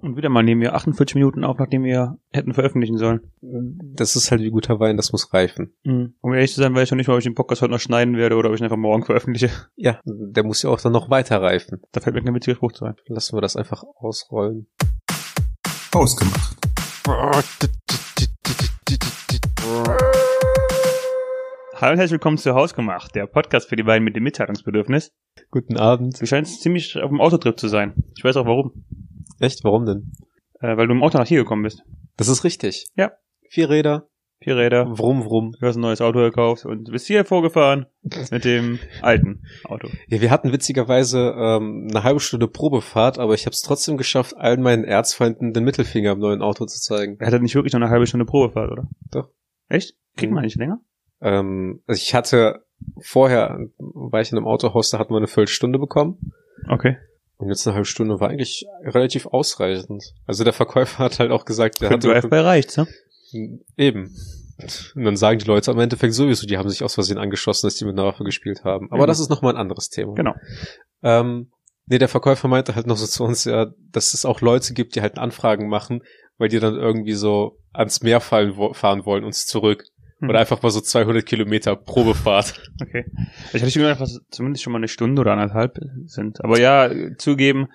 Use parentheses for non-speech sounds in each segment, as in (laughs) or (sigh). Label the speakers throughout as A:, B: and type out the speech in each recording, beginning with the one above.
A: Und wieder mal nehmen wir 48 Minuten auf, nachdem wir hätten veröffentlichen sollen.
B: Das ist halt wie guter Wein, das muss reifen.
A: Mhm. Um ehrlich zu sein, weiß ich noch nicht mal, ob ich den Podcast heute noch schneiden werde oder ob ich ihn einfach morgen veröffentliche. (laughs)
B: Ja, der muss ja auch dann noch weiter reifen.
A: Da fällt mir kein witziger Spruch zu ein.
B: Lassen wir das einfach ausrollen.
C: Ausgemacht.
A: Hallo und herzlich willkommen zu Hausgemacht, der Podcast für die beiden mit dem Mitteilungsbedürfnis.
B: Guten Abend.
A: Du scheinst ziemlich auf dem Autotrip zu sein. Ich weiß auch warum.
B: Echt, warum denn?
A: Äh, weil du im Auto nach hier gekommen bist.
B: Das ist richtig.
A: Ja.
B: Vier Räder,
A: Vier Räder,
B: wrum wrum.
A: du hast ein neues Auto gekauft und bist hier vorgefahren mit dem alten Auto.
B: Ja, wir hatten witzigerweise ähm, eine halbe Stunde Probefahrt, aber ich habe es trotzdem geschafft, allen meinen Erzfeinden den Mittelfinger am neuen Auto zu zeigen.
A: Er hatte nicht wirklich noch eine halbe Stunde Probefahrt, oder?
B: Doch.
A: Echt? Kriegt man nicht länger?
B: Ähm, also ich hatte vorher, war ich in einem Autohaus, da hatten wir eine Viertelstunde bekommen.
A: Okay.
B: Und jetzt eine halbe Stunde war eigentlich relativ ausreichend. Also der Verkäufer hat halt auch gesagt, der
A: Für
B: hatte
A: Drive-By reicht's, ne?
B: Eben. Und dann sagen die Leute am Endeffekt sowieso, die haben sich aus Versehen angeschossen, dass die mit einer Waffe gespielt haben. Aber
A: Mhm.
B: das ist nochmal ein anderes Thema.
A: Genau.
B: Ähm, nee, der Verkäufer meinte halt noch so zu uns, ja, dass es auch Leute gibt, die halt Anfragen machen, weil die dann irgendwie so ans Meer fallen, wo- fahren wollen und zurück.
A: Hm.
B: Oder einfach mal so 200 Kilometer Probefahrt.
A: Okay. Ich hatte schon gedacht, dass es zumindest schon mal eine Stunde oder anderthalb sind. Aber ja, zugeben,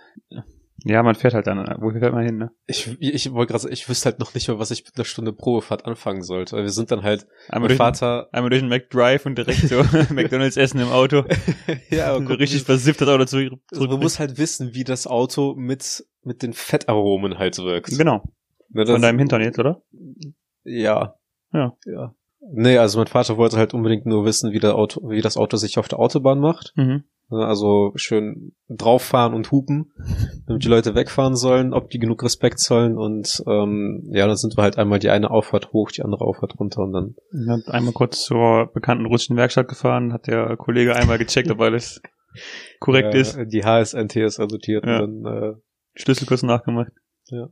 A: ja, man fährt halt dann. Wo fährt man hin, ne?
B: Ich, ich wollte gerade sagen, ich wüsste halt noch nicht mal, was ich mit einer Stunde Probefahrt anfangen sollte. Wir sind dann halt,
A: Einmal durch,
B: mein Vater,
A: (laughs) einmal durch den McDrive und direkt
B: (laughs)
A: so (laughs) McDonalds essen im Auto.
B: ja,
A: so richtig versifft das Auto zurück.
B: Also man muss halt wissen, wie das Auto mit, mit den Fettaromen halt wirkt.
A: genau.
B: Ne, das-
A: Von deinem Hintern jetzt, oder?
B: ja.
A: Ja.
B: ja. Nee, also mein Vater wollte halt unbedingt nur wissen, wie, der Auto, wie das Auto sich auf der Autobahn macht.
A: Mhm.
B: Ne, Also schön drauffahren
A: (laughs)
B: und hupen, damit die Leute wegfahren sollen, ob die genug Respekt zollen. Und ähm, ja, dann sind wir halt einmal die eine Auffahrt hoch, die andere Auffahrt runter und dann.
A: Ich hab einmal kurz zur bekannten russischen Werkstatt gefahren, hat der Kollege einmal gecheckt, ob alles korrekt
B: äh,
A: ist.
B: Die HSNT ist addotiert
A: Ja.
B: und dann. Äh,
A: Schlüssel kurz nachgemacht.
B: ja,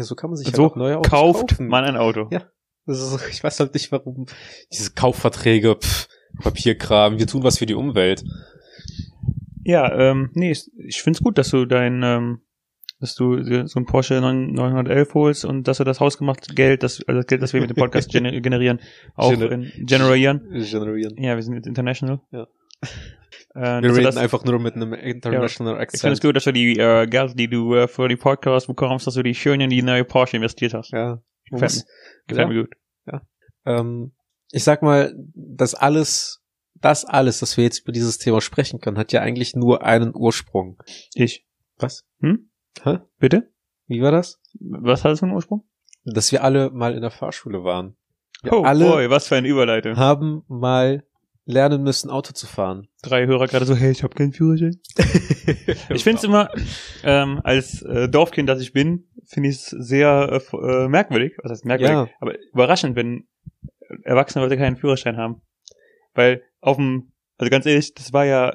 B: so kann man sich
A: So
B: halt auch neue Autos
A: Kauft
B: kaufen.
A: man ein Auto.
B: Ja. Das ist, ich weiß halt nicht, warum diese Kaufverträge, pff, Papierkram, wir tun was für die Umwelt.
A: Ja, ähm, nee, ich, ich find's gut, dass du dein, ähm, dass du dir so ein Porsche 9, 911 holst und dass du das hausgemachte Geld, das, also das Geld, das wir mit dem
B: (laughs)
A: Podcast gener generieren, auch
B: Gener-
A: in, generieren.
B: Generieren.
A: Ja, wir sind jetzt international.
B: Ja.
A: Äh,
B: Wir
A: dass wir
B: reden
A: das,
B: einfach nur mit einem international
A: ich finde es
B: Accent.
A: gut, dass du die äh, Geld, die du äh, für die Podcast bekommst, dass du die schön in die neue Porsche investiert hast.
B: Ja. Man
A: Gefällt
B: muss-
A: mir. Gefällt
B: Ja.
A: mir gut.
B: Ähm, ich sag mal, das alles, das alles, dass wir jetzt über dieses Thema sprechen können, hat ja eigentlich nur einen Ursprung.
A: Ich.
B: Was?
A: Hm?
B: Hä?
A: Bitte?
B: Wie war das?
A: Was hat das für einen Ursprung?
B: Dass wir alle mal in der Fahrschule waren. Wir
A: oh
B: alle
A: boy, was für eine Überleitung.
B: haben mal lernen müssen, Auto zu fahren.
A: drei Hörer gerade so, hey, ich habe keinen Führerschein. (laughs) ich finde es immer, ähm, als äh, Dorfkind, das ich bin, finde ich es sehr äh, f- äh, merkwürdig, was heißt merkwürdig,
B: Ja.
A: aber überraschend, wenn erwachsene Leute keinen Führerschein haben. Weil auf dem, also ganz ehrlich, das war ja,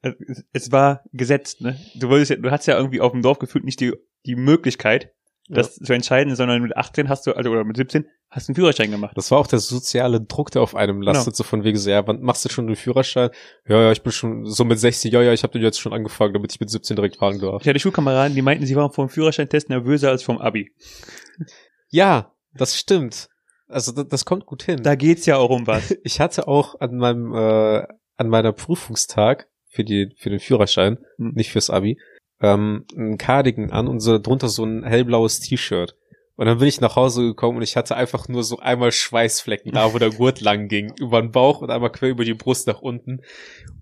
A: äh, es- es war gesetzt, ne? Du wolltest ja, du hattest ja irgendwie auf dem Dorf gefühlt nicht die, die Möglichkeit, das zu entscheiden, sondern mit 18 hast du, also oder mit 17 hast du einen Führerschein gemacht.
B: Das war auch der soziale Druck, der auf einem lastet, so von wegen so, ja, wann machst du schon den Führerschein? Ja, ja, ich bin schon so mit 60, ja, ja, ich habe den jetzt schon angefangen, damit ich mit 17 direkt fahren darf.
A: Ich hatte Schulkameraden, die meinten, sie waren vor dem Führerscheintest nervöser als vom Abi.
B: Ja, das stimmt. Also das, das kommt gut hin.
A: Da geht's ja auch um was.
B: Ich hatte auch an meinem äh, an meiner Prüfungstag für die für den Führerschein,
A: Hm.
B: nicht fürs Abi, ähm, einen Cardigan an und so drunter so ein hellblaues T-Shirt. Und dann bin ich nach Hause gekommen und ich hatte einfach nur so einmal Schweißflecken da, wo
A: (laughs)
B: der Gurt lang ging, über den Bauch und einmal quer über die Brust nach unten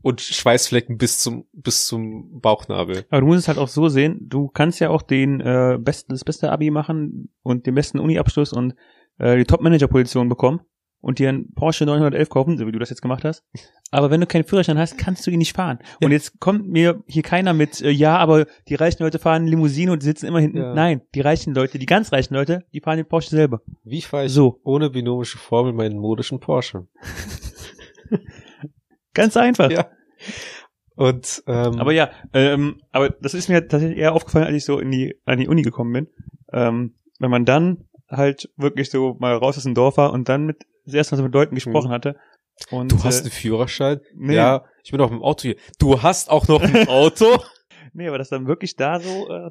B: und Schweißflecken bis zum bis zum Bauchnabel.
A: Aber du musst es halt auch so sehen, du kannst ja auch den äh, besten, das beste Abi machen und den besten Uni-Abschluss und äh, die Top-Manager-Position bekommen und dir einen Porsche 911 kaufen, so wie du das jetzt gemacht hast. Aber wenn du keinen Führerschein hast, kannst du ihn nicht fahren. Und jetzt kommt mir hier keiner mit, äh, ja, aber die reichen Leute fahren Limousine und sitzen immer hinten.
B: Ja.
A: Nein, die reichen Leute, die ganz reichen Leute, die fahren den Porsche selber.
B: Wie fahre ich
A: So,
B: ohne binomische Formel meinen modischen Porsche?
A: ganz einfach.
B: Ja. Und ähm,
A: Aber ja, ähm, aber das ist mir tatsächlich eher aufgefallen, als ich so in die, an die Uni gekommen bin. Ähm, wenn man dann halt wirklich so mal raus aus dem Dorf war und dann mit das erste Mal so mit Leuten gesprochen hatte. Und,
B: Mhm. du hast
A: äh,
B: einen Führerschein?
A: nee,
B: Ja, ich bin auf dem Auto hier. Du hast auch noch ein Auto?
A: nee, aber dass dann wirklich da so ähm,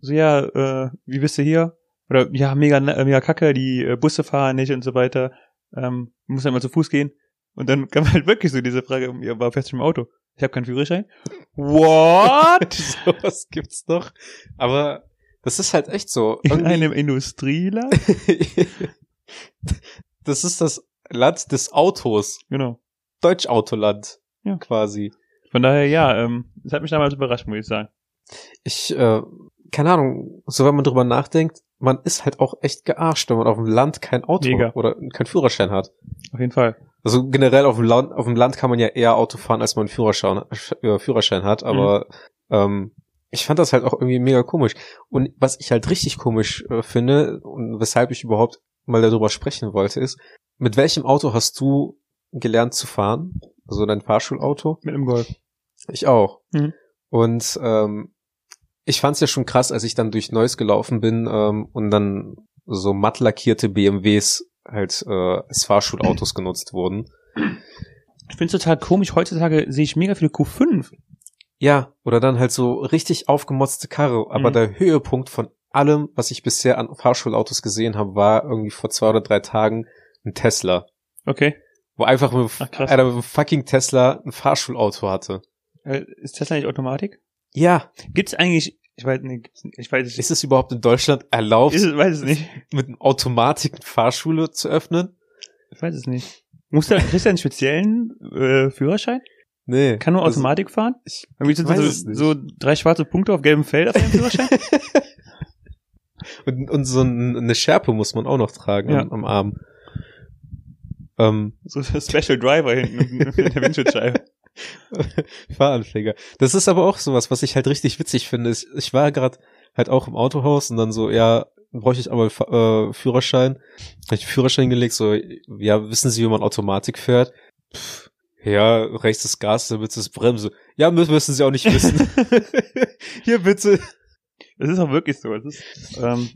A: so, ja, äh, wie bist du hier? Oder, ja, mega, äh, mega kacke, die äh, Busse fahren nicht und so weiter. Ähm, muss halt mal zu Fuß gehen. Und dann (laughs) kam halt wirklich so diese Frage, ja, war fest im Auto. Ich habe keinen Führerschein. (laughs) What?
B: (laughs) Sowas gibt's doch. Aber das ist halt echt so.
A: (laughs) In
B: Irgendwie-
A: einem Industrieland?
B: (laughs) das ist das Land des Autos.
A: Genau.
B: Deutschautoland.
A: Ja.
B: Quasi.
A: Von daher, ja, ähm, das hat mich damals überrascht, muss ich sagen.
B: Ich, äh, keine Ahnung, so wenn man drüber nachdenkt, man ist halt auch echt gearscht, wenn man auf dem Land kein Auto
A: Mega.
B: oder kein Führerschein hat.
A: Auf jeden Fall.
B: Also generell auf dem Land, auf dem Land kann man ja eher Auto fahren, als man einen Führerschein, äh, Führerschein hat, aber ähm, ich fand das halt auch irgendwie mega komisch. Und was ich halt richtig komisch äh, finde und weshalb ich überhaupt mal darüber sprechen wollte, ist, mit welchem Auto hast du gelernt zu fahren? Also dein Fahrschulauto?
A: Mit einem Golf.
B: Ich auch.
A: Mhm.
B: Und ähm, ich fand's ja schon krass, als ich dann durch Neuss gelaufen bin ähm, und dann so matt lackierte BMWs halt äh, als Fahrschulautos genutzt wurden.
A: Ich finde es total komisch. Heutzutage sehe ich mega viele Q5.
B: Ja, oder dann halt so richtig aufgemotzte Karre. Aber
A: Mhm.
B: der Höhepunkt von allem, was ich bisher an Fahrschulautos gesehen habe, war irgendwie vor zwei oder drei Tagen ein Tesla.
A: Okay.
B: Wo einfach mit,
A: Ach, krass.
B: einer mit einem fucking Tesla ein Fahrschulauto hatte.
A: Äh, Ist Tesla nicht Automatik?
B: Ja,
A: Gibt's eigentlich, ich weiß, nee, gibt's, nicht. ich weiß es nicht.
B: ist es überhaupt in Deutschland erlaubt,
A: Ist es, weiß es nicht.
B: mit einer Automatik eine Fahrschule zu öffnen?
A: Ich weiß es nicht. Muss der, kriegst du einen speziellen äh, Führerschein?
B: Nee.
A: Kann nur
B: Also,
A: Automatik fahren?
B: ich
A: Dann gibt's
B: weiß es
A: so,
B: nicht.
A: so drei schwarze Punkte auf gelbem Feld auf deinem Führerschein?
B: und, und so ein, eine Schärpe muss man auch noch tragen
A: Ja.
B: am, am Arm. Ähm,
A: (laughs) so ein Special Driver hinten in der Windschutzscheibe.
B: (laughs) Fahranfänger. Das ist aber auch sowas, was ich halt richtig witzig finde. Ich, ich war gerade halt auch im Autohaus und dann so, ja, bräuchte ich aber Fa- äh, Führerschein. Hab ich den Führerschein gelegt, so, ja, wissen Sie, wie man Automatik fährt? Pff, ja, rechts ist Gas, damit ist Bremse. Ja, mü- müssen Sie auch nicht
A: (laughs)
B: wissen. (laughs) Hier bitte.
A: Das ist auch wirklich so. Das ist, ähm,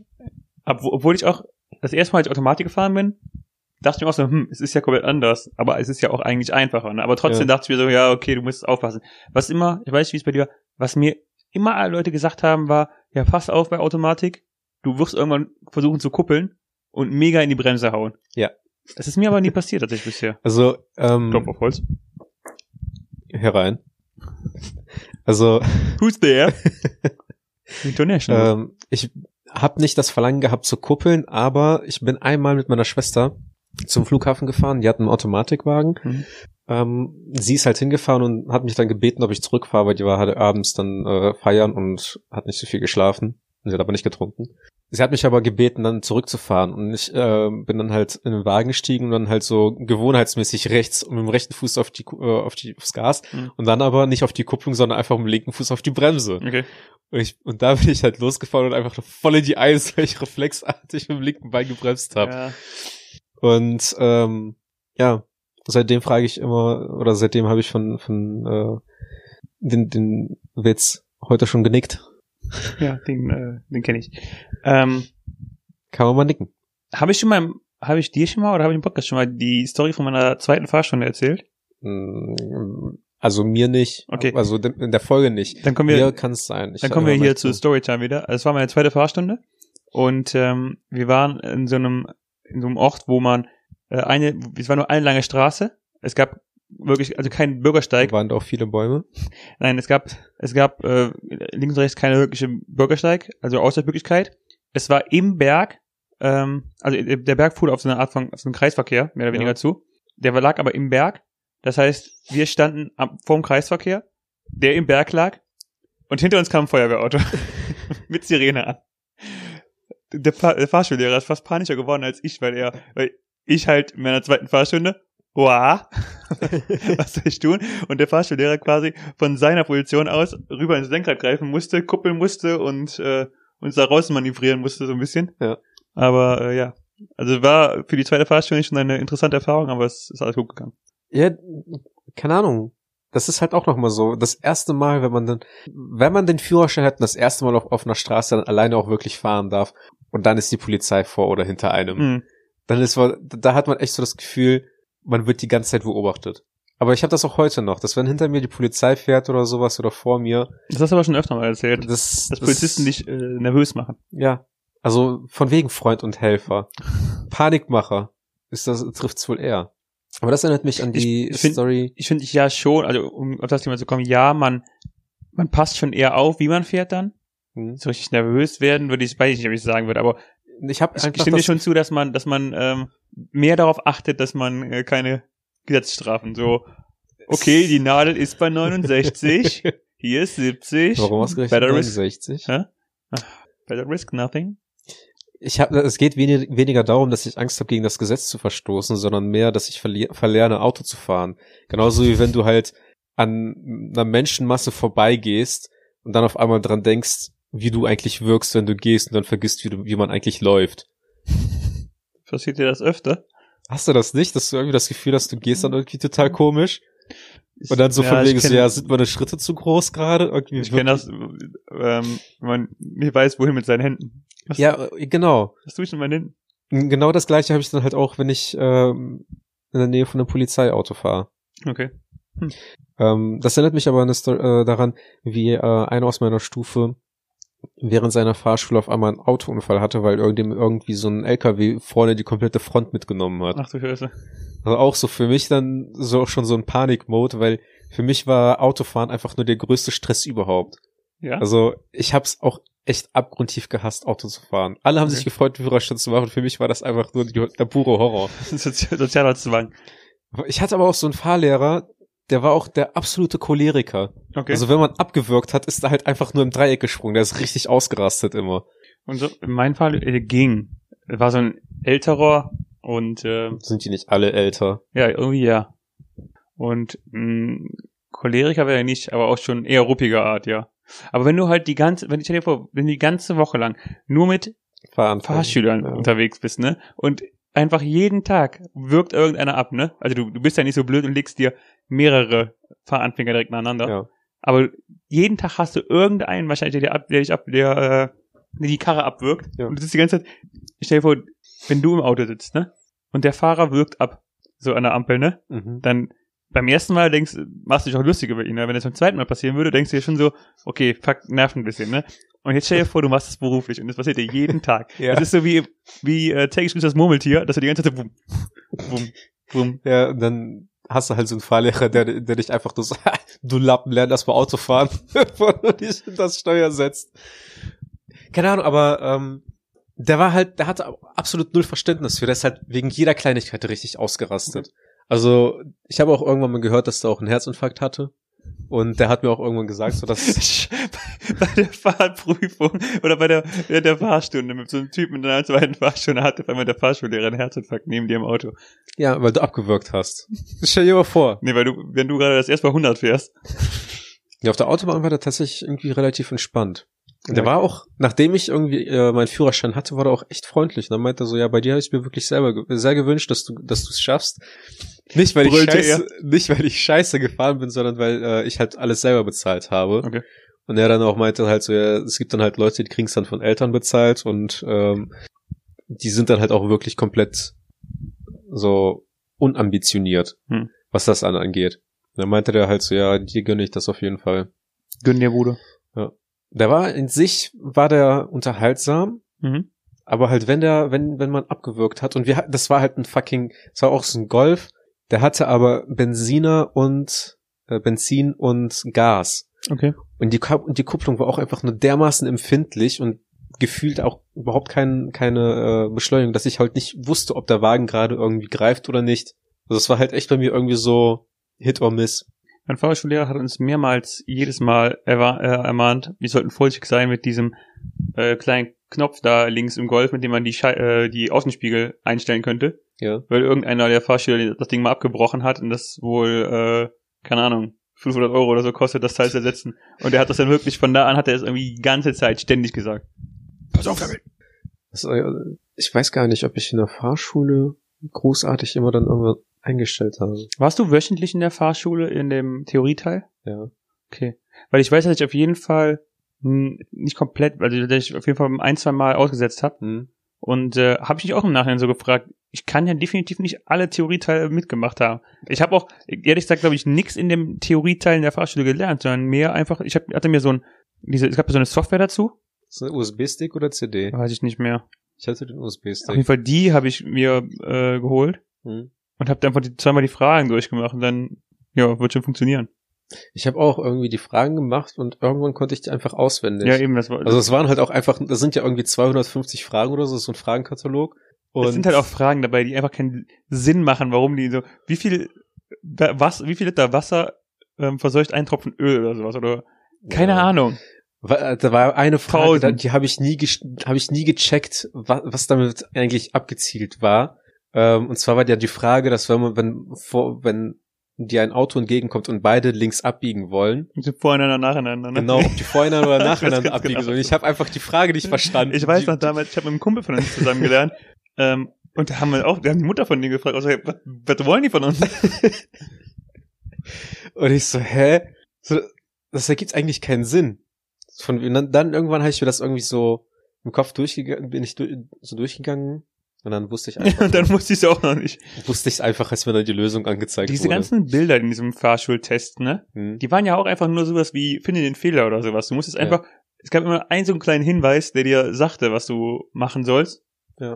A: ab, obwohl ich auch das erste Mal, als ich Automatik gefahren bin, dachte ich mir auch so, hm, es ist ja komplett anders, aber es ist ja auch eigentlich einfacher. Ne? Aber trotzdem dachte ich mir so, ja, okay, du musst aufpassen. Was immer, ich weiß nicht, wie es bei dir war, was mir immer alle Leute gesagt haben, war, ja, pass auf bei Automatik, du wirst irgendwann versuchen zu kuppeln und mega in die Bremse hauen.
B: Ja.
A: Das ist mir aber nie passiert, tatsächlich
B: (laughs)
A: bisher.
B: Also, ähm,
A: Klopf auf Holz.
B: herein. Also,
A: Who's
B: (laughs)
A: there? International.
B: ähm, ich habe nicht das Verlangen gehabt zu kuppeln, aber ich bin einmal mit meiner Schwester zum Flughafen gefahren. Die hat einen Automatikwagen.
A: Mhm.
B: Ähm, sie ist halt hingefahren und hat mich dann gebeten, ob ich zurückfahre, weil die war halt abends dann äh, feiern und hat nicht so viel geschlafen. Sie hat aber nicht getrunken. Sie hat mich aber gebeten, dann zurückzufahren und ich äh, bin dann halt in den Wagen gestiegen und dann halt so gewohnheitsmäßig rechts und mit dem rechten Fuß auf die Ku- äh, auf die aufs Gas
A: Mhm.
B: und dann aber nicht auf die Kupplung, sondern einfach mit dem linken Fuß auf die Bremse.
A: okay.
B: Und, ich, und da (laughs) bin ich halt losgefahren und einfach voll in die Eis, weil ich reflexartig mit dem linken Bein gebremst habe.
A: Ja.
B: Und ähm, ja, seitdem frage ich immer, oder seitdem habe ich von, von äh, den, den Witz heute schon genickt.
A: Ja, den, äh, den kenne ich. Ähm,
B: Kann man mal nicken.
A: habe ich schon mal, im- habe ich dir schon mal oder habe ich im Podcast schon mal die Story von meiner zweiten Fahrstunde erzählt?
B: Mm, Also mir nicht.
A: Okay.
B: Also de- in der Folge nicht.
A: Dann kommen wir,
B: Mir kann es sein. Ich
A: dann kommen wir
B: erinnere
A: hier
B: mich
A: zu Storytime wieder. Also, Es war meine zweite Fahrstunde und ähm, wir waren in so einem in so einem Ort, wo man äh, eine, es war nur eine lange Straße. Es gab wirklich also keinen Bürgersteig.
B: Waren da auch viele Bäume?
A: Nein, es gab, es gab äh, links und rechts keine wirkliche Bürgersteig, also Ausweichmöglichkeit. Es war im Berg, ähm, also äh, der Berg fuhr auf so eine Art von auf so einen Kreisverkehr, mehr oder weniger
B: Ja.
A: zu. Der war- lag aber im Berg. Das heißt, wir standen am, vorm Kreisverkehr, der im Berg lag, und hinter uns kam ein Feuerwehrauto (laughs) mit Sirene an. Der, Fahr der Fahrschullehrer ist fast panischer geworden als ich, weil er, weil ich halt in meiner zweiten Fahrstunde, wow, (laughs) was soll ich tun? Und der Fahrschullehrer quasi von seiner Position aus rüber ins Lenkrad greifen musste, kuppeln musste und äh, uns da raus manövrieren musste so ein bisschen.
B: Ja.
A: Aber äh, ja, also war für die zweite Fahrstunde schon eine interessante Erfahrung, aber es ist alles gut gegangen.
B: Ja, keine Ahnung. Das ist halt auch nochmal so. Das erste Mal, wenn man dann, wenn man den Führerschein hat und das erste Mal auf, auf einer Straße dann alleine auch wirklich fahren darf und dann ist die Polizei vor oder hinter einem,
A: Mhm.
B: dann ist man, da hat man echt so das Gefühl, man wird die ganze Zeit beobachtet. Aber ich habe das auch heute noch, dass wenn hinter mir die Polizei fährt oder sowas oder vor mir,
A: Das hast du aber schon öfter mal erzählt,
B: das,
A: dass Polizisten dich äh, nervös machen.
B: Ja. Also von wegen Freund und Helfer. Panikmacher ist das trifft's wohl eher. Aber das erinnert mich an
A: Ich
B: die
A: find-
B: Story.
A: Ich finde ich ja schon, also um auf das Thema zu kommen, ja, man, man passt schon eher auf, wie man fährt dann.
B: Hm.
A: So richtig nervös werden würde ich, weiß ich nicht, ob ich sagen würde, aber
B: Ich habe
A: ich
B: einfach
A: stimme dir
B: das,
A: schon zu, dass man, dass man ähm, mehr darauf achtet, dass man äh, keine Gesetzesstrafen so, okay, die Nadel ist bei
B: (laughs)
A: 69, hier ist 70.
B: Warum ausgerechnet
A: Better risk,
B: 69?
A: Hä? better risk nothing.
B: Ich hab, es geht wenig, weniger darum, dass ich Angst habe, gegen das Gesetz zu verstoßen, sondern mehr, dass ich verli- verlerne, Auto zu fahren. Genauso wie wenn du halt an einer Menschenmasse vorbeigehst und dann auf einmal dran denkst, wie du eigentlich wirkst, wenn du gehst und dann vergisst, wie, du, wie man eigentlich läuft.
A: Passiert dir das öfter?
B: Hast du das nicht, dass du irgendwie das Gefühl hast, du gehst dann irgendwie total komisch? Und dann so
A: Ja,
B: von
A: ich
B: wegen so,
A: kenn-
B: ja, sind meine Schritte zu groß gerade? Irgendwie
A: Ich kenne das, äh, ähm, wenn man nicht weiß, wohin mit seinen Händen. Was,
B: Ja, äh, genau.
A: was tue ich mit meinen Händen?
B: Genau das gleiche habe ich dann halt auch, wenn ich ähm, in der Nähe von einem Polizeiauto fahre.
A: Okay.
B: Ähm, das erinnert mich aber an eine Sto- äh, daran, wie äh, einer aus meiner Stufe während seiner Fahrschule auf einmal einen Autounfall hatte, weil irgendem irgendwie so ein LKW vorne die komplette Front mitgenommen hat.
A: Ach du Scheiße.
B: Also auch so für mich dann so schon so ein Panikmode, weil für mich war Autofahren einfach nur der größte Stress überhaupt.
A: Ja.
B: Also ich habe es auch echt abgrundtief gehasst, Auto zu fahren. Alle haben
A: Okay.
B: sich gefreut, einen Führerschein zu machen. Für mich war das einfach nur die, der pure Horror.
A: Sozi- (laughs) Sozialer Zwang.
B: Ich hatte aber auch so einen Fahrlehrer, der war auch der absolute Choleriker.
A: Okay.
B: Also wenn man abgewürgt hat, ist er halt einfach nur im Dreieck gesprungen. Der ist richtig ausgerastet immer.
A: und so, in meinem Fall äh, ging. War so ein älterer und äh,
B: Sind die nicht alle älter?
A: ja, irgendwie ja. Und mh, Choleriker wäre er nicht, aber auch schon eher ruppiger Art, ja. Aber wenn du halt die ganze, wenn ich dir vor, wenn du die ganze Woche lang nur mit
B: Fahren.
A: Fahrschülern
B: Ja.
A: unterwegs bist, ne? Und einfach jeden Tag wirkt irgendeiner ab, ne? Also du, du bist ja nicht so blöd und legst dir mehrere Fahranfänger direkt nacheinander.
B: Ja.
A: Aber jeden Tag hast du irgendeinen wahrscheinlich, der, dir ab, der dich ab, der, äh, der die Karre abwirkt.
B: Ja.
A: Und du sitzt die ganze Zeit, ich stell dir vor, wenn du im Auto sitzt, ne? Und der Fahrer wirkt ab, so an der Ampel, ne?
B: Mhm.
A: Dann beim ersten Mal denkst, machst du dich auch lustig über ihn, ne? Wenn das beim zweiten Mal passieren würde, denkst du dir schon so, okay, fuck, nerven ein bisschen, ne? Und jetzt stell dir vor, du machst es beruflich und das passiert dir jeden Tag.
B: Ja.
A: Das ist so wie, wie äh, täglich grüßt das Murmeltier, dass du die ganze Zeit bum, bum, bum.
B: ja, und dann hast du halt so einen Fahrlehrer, der, der dich einfach nur sagt, (laughs) du Lappen, lern erst mal Auto fahren, (laughs) bevor du dich in das Steuer setzt. Keine Ahnung, aber ähm, der war halt, der hatte absolut null Verständnis für, der ist halt wegen jeder Kleinigkeit richtig ausgerastet. Also ich habe auch irgendwann mal gehört, dass der auch einen Herzinfarkt hatte. Und der hat mir auch irgendwann gesagt, so dass
A: (laughs) (laughs) bei der Fahrprüfung oder bei der, ja, der Fahrstunde mit so einem Typen in einer zweiten Fahrstunde hatte auf einmal der Fahrschullehrer einen Herzinfarkt neben dir im Auto.
B: ja, weil du abgewürgt hast. Stell dir mal vor.
A: Nee, weil du, wenn du gerade das erste Mal 100 fährst.
B: Ja, auf der Autobahn war der tatsächlich irgendwie relativ entspannt. Und der
A: Ja.
B: war auch, nachdem ich irgendwie äh, meinen Führerschein hatte, war der auch echt freundlich. Und dann meinte er so, ja, bei dir habe ich mir wirklich selber ge sehr gewünscht, dass du, dass du es schaffst. Nicht weil, ich
A: Brüllte
B: scheiße, nicht, weil ich scheiße gefahren bin, sondern weil äh, ich halt alles selber bezahlt habe.
A: Okay.
B: Und er dann auch meinte halt so, ja, es gibt dann halt Leute, die kriegen's dann von Eltern bezahlt und ähm, die sind dann halt auch wirklich komplett so unambitioniert,
A: Hm.
B: was das an angeht. Und dann meinte der halt so, ja, dir gönne ich das auf jeden Fall.
A: Gönn dir, Bruder.
B: Der war in sich, war der unterhaltsam,
A: Mhm.
B: aber halt wenn der, wenn, wenn man abgewürgt hat und wir, hat- das war halt ein fucking, das war auch so ein Golf, der hatte aber Benziner und, äh, Benzin und Gas.
A: Okay.
B: Und die, Kap- und die Kupplung war auch einfach nur dermaßen empfindlich und gefühlt auch überhaupt kein, keine äh, Beschleunigung, dass ich halt nicht wusste, ob der Wagen gerade irgendwie greift oder nicht. Also es war halt echt bei mir irgendwie so Hit or Miss.
A: Mein Fahrschullehrer hat uns mehrmals jedes Mal erwa- äh, ermahnt, wir sollten vorsichtig sein mit diesem äh, kleinen Knopf da links im Golf, mit dem man die, Schei äh, die Außenspiegel einstellen könnte,
B: Ja.
A: weil irgendeiner der Fahrschüler das Ding mal abgebrochen hat und das wohl, äh, keine Ahnung, 500 Euro oder so kostet, das Teil zu ersetzen. Und er hat das dann wirklich von da an, hat er es irgendwie die ganze Zeit ständig gesagt. Pass auf damit!
B: Das, äh, ich weiß gar nicht, ob ich in der Fahrschule großartig immer dann irgendwann eingestellt habe.
A: Warst du wöchentlich in der Fahrschule in dem Theorieteil?
B: Ja.
A: Okay. Weil ich weiß, dass ich auf jeden Fall hm, nicht komplett, also dass ich auf jeden Fall ein, zwei Mal ausgesetzt habe.
B: Hm.
A: Und äh, habe ich mich auch im Nachhinein so gefragt, ich kann ja definitiv nicht alle Theorieteile mitgemacht haben. Ich habe auch, ehrlich gesagt, glaube ich, nichts in dem Theorieteil in der Fahrschule gelernt, sondern mehr einfach, ich hab, hatte mir so ein, diese, es gab ja so eine Software dazu,
B: Ist das ein USB-Stick oder CD?
A: weiß ich nicht mehr.
B: Ich hatte den
A: Auf jeden
B: USB-Stick.
A: Fall die habe ich mir äh, geholt
B: Hm.
A: und habe einfach die, zweimal die Fragen durchgemacht und dann, ja, wird schon funktionieren.
B: Ich habe auch irgendwie die Fragen gemacht und irgendwann konnte ich die einfach auswendig.
A: Ja, eben, das war,
B: Also es waren halt auch einfach, das sind ja irgendwie 250 Fragen oder so, so ein Fragenkatalog. Und
A: es sind halt auch Fragen dabei, die einfach keinen Sinn machen, warum die so, wie viel, wa- was, wie viel Liter Wasser ähm, verseucht ein Tropfen Öl oder sowas oder, keine
B: Ja.
A: Ahnung.
B: Wa- äh, Da war eine Frage,
A: Tausend.
B: die, die habe ich nie habe ich nie gecheckt, was, was damit eigentlich abgezielt war. Ähm, und zwar war ja die Frage, dass wenn man, wenn vor, wenn dir ein Auto entgegenkommt und beide links abbiegen wollen,
A: Die sind Voreinander, nacheinander. Ne?
B: genau, ob die voreinander oder
A: Ich weiß
B: nacheinander
A: ganz
B: abbiegen
A: genau.
B: sollen. Ich habe einfach die Frage nicht
A: (laughs)
B: verstanden.
A: Ich weiß
B: die,
A: noch damals, ich habe mit einem Kumpel von uns zusammen gelernt. (laughs) ähm, und da haben wir auch, wir haben die Mutter von denen gefragt, also, hey, was, was wollen die von uns? (laughs)
B: Und ich so, hä? So, das ergibt eigentlich keinen Sinn. Von, und dann, dann irgendwann habe ich mir das irgendwie so im Kopf durchgegangen, bin ich du, so durchgegangen und dann wusste ich einfach,
A: und dann wusste ich es auch noch nicht.
B: (laughs) wusste ich einfach, als mir dann die Lösung angezeigt
A: Diese
B: wurde.
A: ganzen Bilder in diesem Fahrschultest, ne?
B: Hm.
A: Die waren ja auch einfach nur sowas wie, finde den Fehler oder sowas. Du musstest
B: Ja.
A: einfach, es gab immer einen so einen kleinen Hinweis, der dir sagte, was du machen sollst.
B: Ja.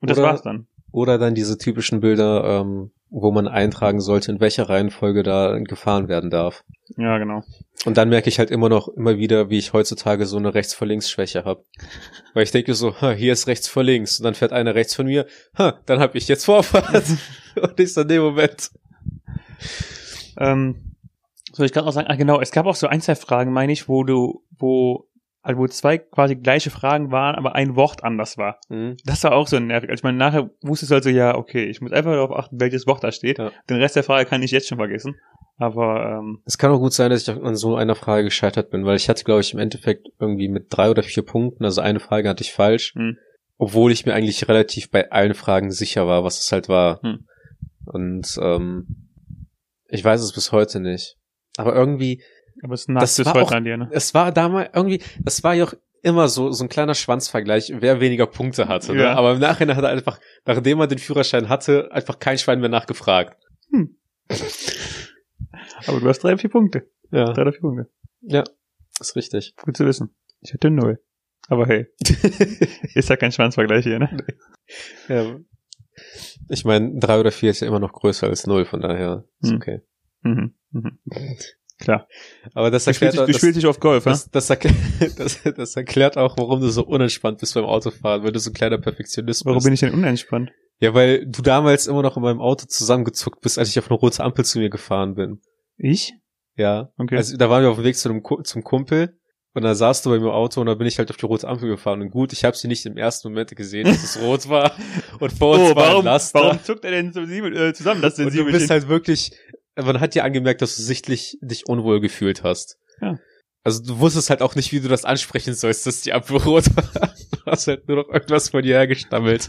A: Und das
B: Oder-
A: war's dann.
B: Oder dann diese typischen Bilder, ähm, wo man eintragen sollte, in welcher Reihenfolge da gefahren werden darf.
A: Ja, genau.
B: Und dann merke ich halt immer noch, immer wieder, wie ich heutzutage so eine Rechts-vor-Links-Schwäche habe. Weil ich denke so, ha, hier ist rechts vor links. Und dann fährt einer rechts von mir, ha, dann habe ich jetzt Vorfahrt. Und ich so, nee, Moment.
A: Ähm, soll ich gerade noch sagen, ah, genau, es gab auch so ein, zwei Fragen, meine ich, wo du, wo, also wo zwei quasi gleiche Fragen waren, aber ein Wort anders war.
B: Mhm.
A: Das war auch so nervig. Also ich meine, nachher wusstest du also, ja, okay, ich muss einfach darauf achten, welches Wort da steht.
B: Ja.
A: Den Rest der Frage kann ich jetzt schon vergessen. Aber ähm,
B: Es kann auch gut sein, dass ich an so einer Frage gescheitert bin, weil ich hatte, glaube ich, im Endeffekt irgendwie mit drei oder vier Punkten, also eine Frage hatte ich falsch,
A: Mhm.
B: obwohl ich mir eigentlich relativ bei allen Fragen sicher war, was es halt war.
A: Mhm.
B: Und ähm, ich weiß es bis heute nicht. Aber irgendwie,
A: aber es nagt
B: Das
A: bis
B: war
A: heute
B: auch-
A: an dir, ne?
B: es war damals irgendwie, das war ja auch immer so so ein kleiner Schwanzvergleich, wer weniger Punkte hatte. Ne?
A: Ja.
B: Aber im Nachhinein hat er einfach, nachdem er den Führerschein hatte, einfach kein Schwein mehr nachgefragt.
A: Aber du hast drei, vier Punkte.
B: Ja,
A: Drei oder vier Punkte.
B: ist richtig.
A: Gut zu wissen. Ich hatte null. Aber hey, ist ja kein Schwanzvergleich hier, ne?
B: Ja. Ich meine, drei oder vier ist ja immer noch größer als null, von daher ist
A: Hm.
B: okay.
A: Mhm. Mhm.
B: Aber das
A: Du spielst,
B: erklärt
A: dich-
B: auch,
A: du spielst dich auf Golf, ne?
B: das, das, das, erklärt, (laughs) das, das erklärt auch, warum du so unentspannt bist beim Autofahren, weil du so ein kleiner Perfektionist
A: Warum
B: bist.
A: bin ich denn unentspannt?
B: ja, weil du damals immer noch in meinem Auto zusammengezuckt bist, als ich auf eine rote Ampel zu mir gefahren bin.
A: Ich?
B: Ja.
A: Okay.
B: Also da waren wir auf dem Weg zu einem, Ku- zum Kumpel und da saß du bei mir im Auto und da bin ich halt auf die rote Ampel gefahren. Und gut, ich habe sie nicht im ersten Moment gesehen, dass es
A: (laughs)
B: rot war. Und vor uns
A: oh,
B: war ein
A: warum,
B: Laster.
A: warum zuckt er denn so sieben, äh, zusammen das denn
B: ne? Und du
A: sieben
B: bist halt wirklich, man hat ja angemerkt, dass du sichtlich dich unwohl gefühlt hast.
A: Ja.
B: Also du wusstest halt auch nicht, wie du das ansprechen sollst, dass die Ampel rot (laughs) war. Du hast halt nur noch irgendwas von dir hergestammelt.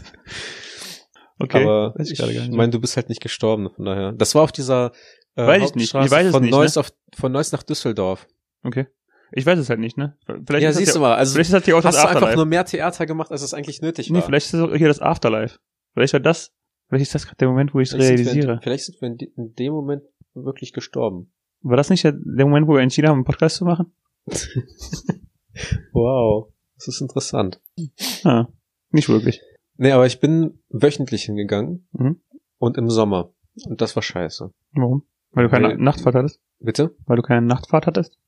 A: Okay,
B: halt- Aber
A: weiß ich
B: ich,
A: gerade gar nicht.
B: meine, du bist halt nicht gestorben, von daher. Das war auf dieser äh,
A: Weiß ich nicht, ich
B: Hauptstraße
A: weiß es
B: von
A: nicht, ne?
B: Neuss auf, von Neuss nach Düsseldorf.
A: okay. Ich weiß es halt nicht, ne? Vielleicht
B: ja,
A: ist das
B: siehst
A: ja,
B: du mal, also
A: vielleicht ist das ja auch das
B: hast du einfach
A: Afterlife.
B: nur mehr Theater gemacht, als es eigentlich nötig
A: Nee,
B: war.
A: vielleicht ist das auch hier das Afterlife. Vielleicht war das, vielleicht ist das gerade der Moment, wo ich es
B: Vielleicht sind wir in-
A: realisiere.
B: Vielleicht sind wir in, de- in dem Moment wirklich gestorben.
A: War das nicht der, der Moment, wo wir entschieden haben, einen Podcast zu machen?
B: Wow, das ist interessant.
A: Ah, nicht wirklich.
B: Nee, aber ich bin wöchentlich hingegangen
A: Mhm.
B: und im Sommer. Und das war scheiße.
A: Warum? Weil du keine
B: Weil-
A: Nachtfahrt hattest?
B: Bitte?
A: Weil du keine Nachtfahrt hattest?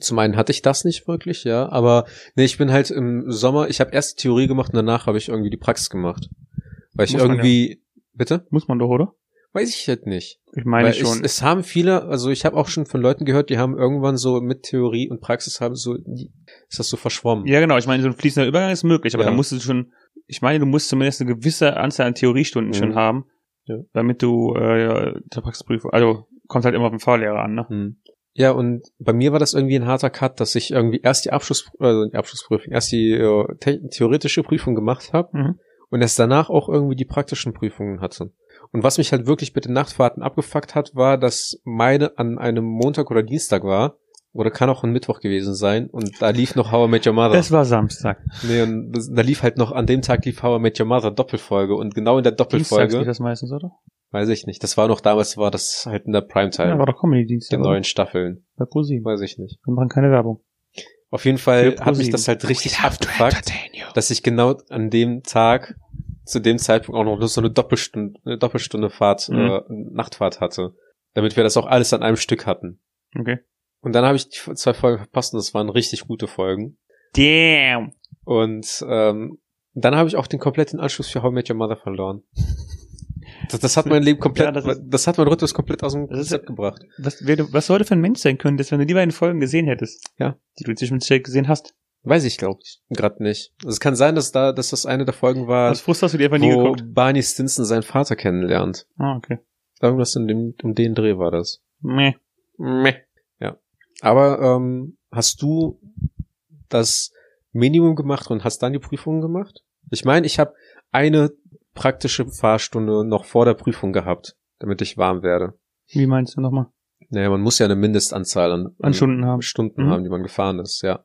B: Zum einen hatte ich das nicht wirklich, ja, aber nee, ich bin halt im Sommer, ich habe erst die Theorie gemacht und danach habe ich irgendwie die Praxis gemacht. Weil ich
A: Muss man
B: irgendwie, bitte?
A: Muss man doch, oder?
B: Weiß ich halt nicht.
A: Ich meine
B: Weil
A: schon.
B: Es, es haben viele, also ich habe auch schon von Leuten gehört, die haben irgendwann so mit Theorie und Praxis haben so, die- ist das so verschwommen.
A: ja, genau. Ich meine, so ein fließender Übergang ist möglich, aber
B: Ja.
A: da musst du schon, ich meine, du musst zumindest eine gewisse Anzahl an Theoriestunden
B: Mhm.
A: schon haben,
B: Ja.
A: damit du, äh, zur Praxisprüfung, also, kommt halt immer auf den Fahrlehrer an, ne?
B: Hm. Ja, und bei mir war das irgendwie ein harter Cut, dass ich irgendwie erst die, Abschluss, also die Abschlussprüfung, erst die äh, te- theoretische Prüfung gemacht habe
A: Mhm.
B: und erst danach auch irgendwie die praktischen Prüfungen hatte. Und was mich halt wirklich mit den Nachtfahrten abgefuckt hat, war, dass meine an einem Montag oder Dienstag war Oder kann auch ein Mittwoch gewesen sein. Und da lief noch How I Met Your Mother.
A: Es war Samstag.
B: (laughs) Nee, und das- da lief halt noch, an dem Tag lief How I Met Your Mother Doppelfolge. Und genau in der
A: Dienstags geht
B: Doppelfolge,
A: das meistens, oder?
B: weiß ich nicht, das war noch damals, war das halt in der Primetime.
A: Ja, war doch Comedy-Dienstag.
B: der
A: oder?
B: neuen Staffeln.
A: Bei ProSieben.
B: Weiß ich nicht.
A: Wir machen keine Werbung.
B: Auf jeden
A: Für
B: Fall
A: ProSieben.
B: hat mich das halt richtig abgefuckt,
A: you.
B: dass ich genau an dem Tag, zu dem Zeitpunkt auch noch nur so eine Doppelstunde, eine Doppelstunde Fahrt,
A: Mhm.
B: äh, Nachtfahrt hatte. Damit wir das auch alles an einem Stück hatten.
A: Okay.
B: Und dann habe ich die zwei Folgen verpasst und das waren richtig gute Folgen.
A: Damn.
B: Und ähm, dann habe ich auch den kompletten Anschluss für How I Met Your
A: (laughs)
B: Mother verloren. Das, das hat mein Leben komplett,
A: Ja, das
B: das,
A: ist-
B: hat mein Rhythmus komplett aus dem
A: Das ist-
B: Konzept gebracht.
A: Was, wer, du- was sollte für ein Mensch sein können, dass wenn du die beiden Folgen gesehen hättest?
B: Ja.
A: Die du zwischenzeitlich gesehen hast.
B: Weiß ich, glaube ich, gerade nicht. Also es kann sein, dass da, dass das eine der Folgen war,
A: Aus Frust hast du die einfach nie
B: Äh, wo
A: geguckt.
B: Barney Stinson seinen Vater kennenlernt.
A: Ah, okay.
B: Irgendwas in dem, um den Dreh war das.
A: Meh.
B: Meh. Ja. Aber ähm, hast du das Minimum gemacht und hast dann die Prüfungen gemacht? Ich meine, ich habe eine praktische Fahrstunde noch vor der Prüfung gehabt, damit ich warm werde.
A: Wie meinst du nochmal?
B: Naja, man muss ja eine Mindestanzahl an,
A: An Stunden haben.
B: Stunden
A: Mhm.
B: haben, die man gefahren ist. Ja,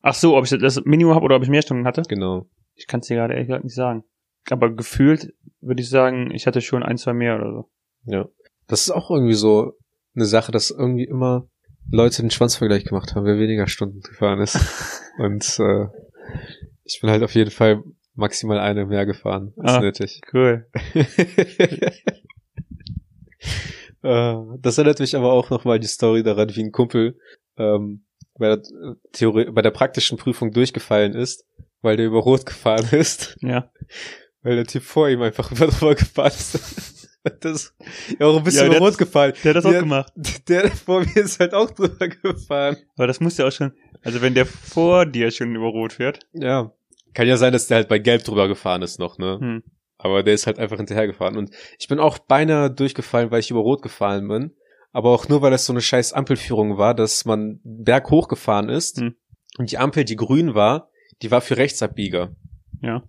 A: Ach so, ob ich das Minimum habe oder ob ich mehr Stunden hatte?
B: genau.
A: Ich kann es dir gerade ehrlich gesagt nicht sagen. Aber gefühlt würde ich sagen, ich hatte schon ein, zwei mehr oder
B: (laughs)
A: so.
B: Ja. Das ist auch irgendwie so eine Sache, dass irgendwie immer Leute den Schwanzvergleich gemacht haben, wer weniger Stunden gefahren ist. Und äh, ich bin halt auf jeden Fall maximal eine mehr gefahren als
A: Ah.
B: nötig. (laughs)
A: Cool.
B: Äh, das erinnert mich aber auch nochmal die Story daran, wie ein Kumpel ähm, bei, der Theorie, bei der praktischen Prüfung durchgefallen ist, weil der über Rot gefahren (laughs) ist.
A: Ja.
B: Weil der Typ vor ihm einfach über drüber gefahren ist. (laughs) Das, ja, warum bist
A: Ja,
B: du
A: der
B: über
A: hat-
B: rot gefahren? (laughs)
A: Der hat das auch
B: Ja.
A: gemacht.
B: Der vor mir ist halt auch drüber gefahren.
A: Aber das muss ja auch schon, also wenn der vor dir schon über Rot fährt.
B: Ja. Kann ja sein, dass der halt bei Gelb drüber gefahren ist noch, ne?
A: Hm.
B: Aber der ist halt einfach hinterhergefahren. Und ich bin auch beinahe durchgefallen, weil ich über Rot gefahren bin. Aber auch nur, weil das so eine scheiß Ampelführung war, dass man Berg hochgefahren ist.
A: Hm.
B: Und die Ampel, die grün war, die war für Rechtsabbieger.
A: Ja.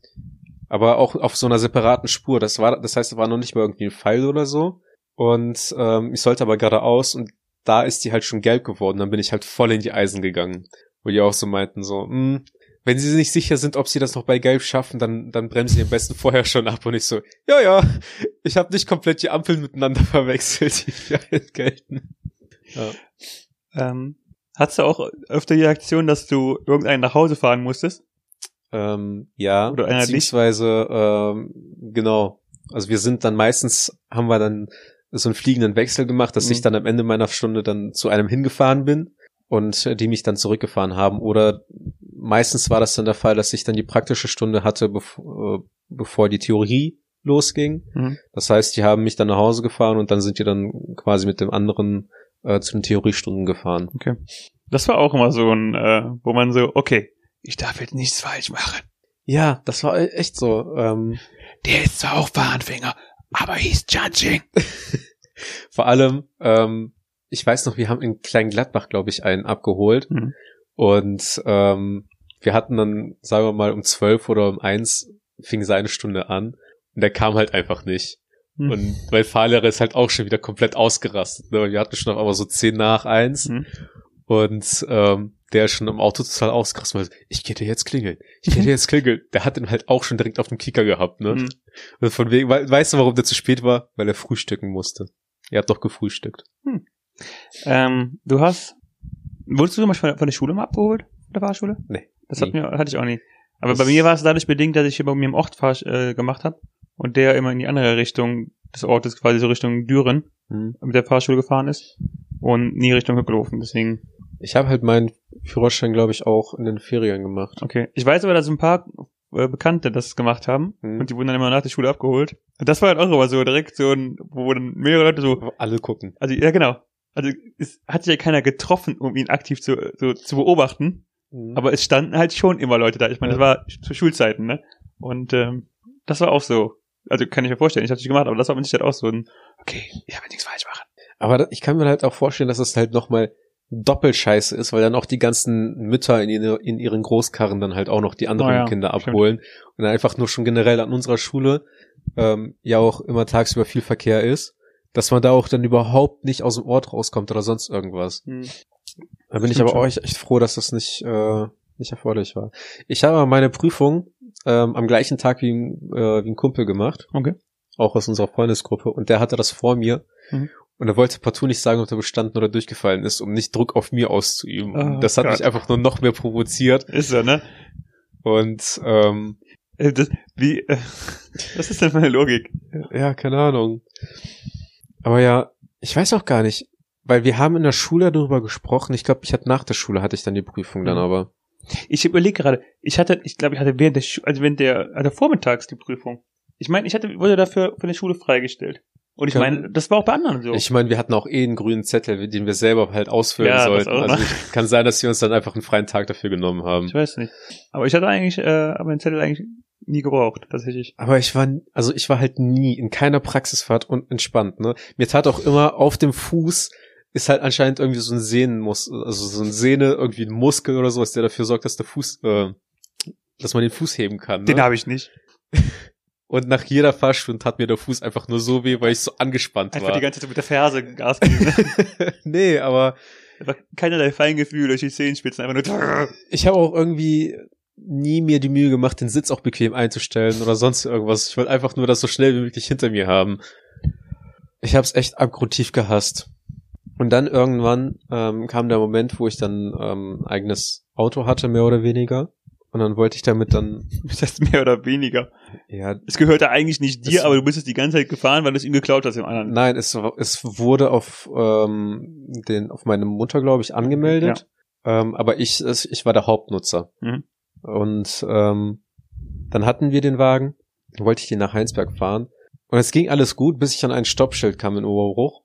B: Aber auch auf so einer separaten Spur. Das war, das heißt, da war noch nicht mal irgendwie ein Pfeil oder so. Und ähm, ich sollte aber geradeaus und da ist die halt schon gelb geworden. Dann bin ich halt voll in die Eisen gegangen. Wo die auch so meinten, so, hm, mh, wenn sie nicht sicher sind, ob sie das noch bei Gelb schaffen, dann, dann bremsen sie am besten vorher schon ab und ich so, ja, ja, ich habe nicht komplett die Ampeln miteinander (laughs) verwechselt, die für halt gelten.
A: Ähm, hattest du auch öfter die Aktion, dass du irgendeinen nach Hause fahren musstest?
B: Ähm, ja,
A: Oder einer
B: beziehungsweise, ähm, genau, also wir sind dann meistens, haben wir dann so einen fliegenden Wechsel gemacht, dass
A: Mhm.
B: ich dann am Ende meiner Stunde dann zu einem hingefahren bin und äh, die mich dann zurückgefahren haben. Oder meistens war das dann der Fall, dass ich dann die praktische Stunde hatte, bevor, äh, bevor die Theorie losging.
A: Mhm.
B: Das heißt, die haben mich dann nach Hause gefahren und dann sind die dann quasi mit dem anderen äh, zu den Theoriestunden gefahren.
A: Okay. Das war auch immer so ein, äh, wo man so, okay, ich darf jetzt nichts falsch machen.
B: Ja, das war e- echt so. Ähm,
A: Der ist zwar auch Warnfinger, aber he's judging.
B: vor allem, ähm, ich weiß noch, wir haben in Kleingladbach, glaube ich, einen abgeholt.
A: Mhm.
B: Und ähm, wir hatten dann, sagen wir mal, um zwölf oder um eins fing seine Stunde an. Und der kam halt einfach nicht.
A: Mhm.
B: Und mein Fahrlehrer ist halt auch schon wieder komplett ausgerastet. Ne? Wir hatten schon auf einmal so zehn nach eins.
A: Mhm.
B: Und ähm, der ist schon im Auto total ausgerastet. und meinte, Ich gehe dir jetzt klingeln. Ich gehe dir jetzt klingeln. Der hat ihn halt auch schon direkt auf dem Kicker gehabt, ne?
A: Mhm.
B: Und von wegen, we- weißt du, warum der zu spät war? Weil er frühstücken musste. Er hat doch gefrühstückt.
A: Ähm, du hast, wurdest du zum Beispiel von der Schule mal abgeholt? Von der Fahrschule?
B: Nee.
A: Das
B: Nie.
A: hat mir, hatte ich auch nie. Aber
B: Das-
A: bei mir war es dadurch bedingt, dass ich hier bei mir im Ort Fahrsch äh, gemacht habe und der immer in die andere Richtung des Ortes, quasi so Richtung Düren, mit der Fahrschule gefahren ist und nie Richtung Hüppelofen. Deswegen,
B: Ich habe halt meinen Führerschein, glaube ich, auch in den Ferien gemacht.
A: okay. Ich weiß aber, dass ein paar äh, Bekannte das gemacht haben
B: Mhm.
A: und die wurden dann immer nach der Schule abgeholt. Und das war halt auch immer so direkt so ein, wo dann mehrere Leute so,
B: Alle gucken.
A: also ja genau. Also es hat sich ja keiner getroffen, um ihn aktiv zu, so, zu beobachten. Aber es standen halt schon immer Leute da. Ich meine, das
B: Ja.
A: war zu Schulzeiten, ne? Und ähm, das war auch so. Also kann ich mir vorstellen, ich habe nicht gemacht, aber das war mit Sicherheit auch so ein, okay, ich habe nichts falsch machen.
B: Aber da- ich kann mir halt auch vorstellen, dass es halt nochmal Doppelscheiße ist, weil dann auch die ganzen Mütter in, ihre, in ihren Großkarren dann halt auch noch die anderen
A: Oh ja,
B: Kinder
A: stimmt.
B: abholen. Und dann einfach nur schon generell an unserer Schule ähm, ja auch immer tagsüber viel Verkehr ist, dass man da auch dann überhaupt nicht aus dem Ort rauskommt oder sonst irgendwas. Da bin ich
A: Stimmt
B: aber auch echt, echt froh, dass das nicht, äh, nicht erforderlich war. Ich habe meine Prüfung ähm, am gleichen Tag wie, ein- äh, wie ein Kumpel gemacht.
A: Okay.
B: Auch aus unserer Freundesgruppe. Und der hatte das vor mir.
A: Mhm.
B: Und er wollte partout nicht sagen, ob er bestanden oder durchgefallen ist, um nicht Druck auf mir auszuüben.
A: Oh
B: und das hat
A: Gott.
B: mich einfach nur noch mehr provoziert.
A: Ist so, ne?
B: Und ähm,
A: Äh, Das, wie, äh, (laughs) was ist denn meine Logik?
B: Ja, keine Ahnung. Aber ja, ich weiß auch gar nicht, weil wir haben in der Schule darüber gesprochen. Ich glaube, ich hatte nach der Schule hatte ich dann die Prüfung dann
A: Mhm.
B: aber.
A: Ich überlege gerade, ich hatte, ich glaube, ich hatte während der, Schu also während der, also vormittags die Prüfung. Ich meine, ich hatte, wurde dafür von der Schule freigestellt. Und ich
B: Kann-
A: meine, das war auch bei anderen so.
B: Ich meine, wir hatten auch eh einen grünen Zettel, den wir selber halt ausfüllen
A: Ja, das
B: sollten.
A: auch noch.
B: Also ich, kann sein, dass wir uns dann einfach einen freien Tag dafür genommen haben.
A: ich weiß nicht. Aber ich hatte eigentlich, äh, meinen Zettel eigentlich nie gebraucht, tatsächlich.
B: Aber ich war, also ich war halt nie in keiner Praxisfahrt und entspannt, ne? Mir tat auch immer auf dem Fuß ist halt anscheinend irgendwie so ein Sehnenmus, also so ein Sehne, irgendwie ein Muskel oder sowas, der dafür sorgt, dass der Fuß, äh, dass man den Fuß heben kann. Ne?
A: Den habe ich nicht.
B: Und nach jeder Fahrstunde hat mir der Fuß einfach nur so weh, weil ich so angespannt
A: Einfach die
B: war.
A: ganze Zeit mit der Ferse Gas gegeben.
B: (laughs) nee, aber
A: Einfach keinerlei Feingefühl durch die Zehenspitzen, einfach nur. (laughs)
B: ich habe auch irgendwie nie mir die Mühe gemacht, den Sitz auch bequem einzustellen oder sonst irgendwas. Ich wollte einfach nur das so schnell wie möglich hinter mir haben. Ich habe es echt abgrundtief gehasst. Und dann irgendwann ähm, kam der Moment, wo ich dann ähm, eigenes Auto hatte, mehr oder weniger. Und dann wollte ich damit dann,
A: Das heißt mehr oder weniger.
B: ja,
A: Es gehörte eigentlich nicht dir,
B: Es-
A: aber du bist es die ganze Zeit gefahren, weil du es ihm geklaut hast, dem anderen.
B: Nein, es, w- es wurde auf ähm, den auf meine Mutter, glaube ich, angemeldet. Ähm, aber ich, es, ich war der Hauptnutzer.
A: Mhm.
B: Und ähm, dann hatten wir den Wagen, dann wollte ich den nach Heinsberg fahren. Und es ging alles gut, bis ich an ein Stoppschild kam in Oberbruch.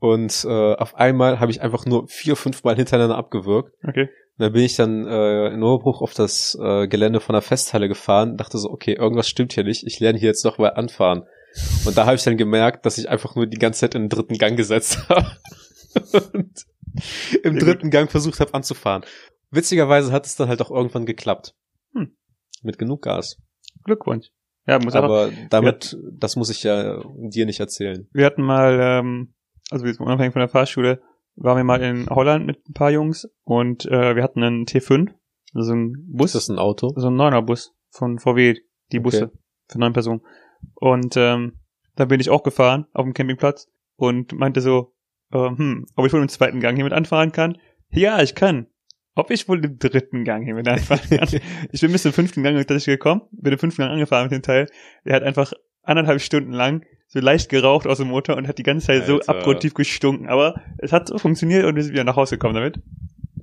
B: Und äh, auf einmal habe ich einfach nur vier, fünf Mal hintereinander abgewürgt.
A: Okay.
B: Und dann bin ich dann äh, in Oberbruch auf das äh, Gelände von der Festhalle gefahren, dachte so, okay, irgendwas stimmt hier nicht, ich lerne hier jetzt noch mal anfahren. Und da habe ich dann gemerkt, dass ich einfach nur die ganze Zeit in den dritten Gang gesetzt (laughs) habe. Und im
A: gut.
B: dritten Gang versucht habe anzufahren. Witzigerweise hat es dann halt auch irgendwann geklappt.
A: Hm.
B: Mit genug Gas.
A: Glückwunsch. Ja, muss aber.
B: Aber damit, das muss ich ja dir nicht erzählen.
A: Wir hatten mal, ähm, also jetzt mal unabhängig von der Fahrschule, waren wir mal in Holland mit ein paar Jungs und äh, wir hatten einen T5, also einen Bus,
B: Ist das ein Auto?
A: so ein Neunerbus von VW, die Busse für neun Personen. Und ähm, da bin ich auch gefahren auf dem Campingplatz und meinte so, ähm, hm, ob ich wohl im zweiten Gang hiermit anfahren kann? Ja, ich kann. Ob ich wohl im dritten Gang hiermit anfahren kann? Ich bin bis zum fünften Gang tatsächlich gekommen, bin im fünften Gang angefahren mit dem Teil. Der hat einfach anderthalb Stunden lang so leicht geraucht aus dem Motor und hat die ganze Zeit so
B: Alter.
A: abgrundtief gestunken. Aber es hat so funktioniert und wir sind wieder nach Hause gekommen damit.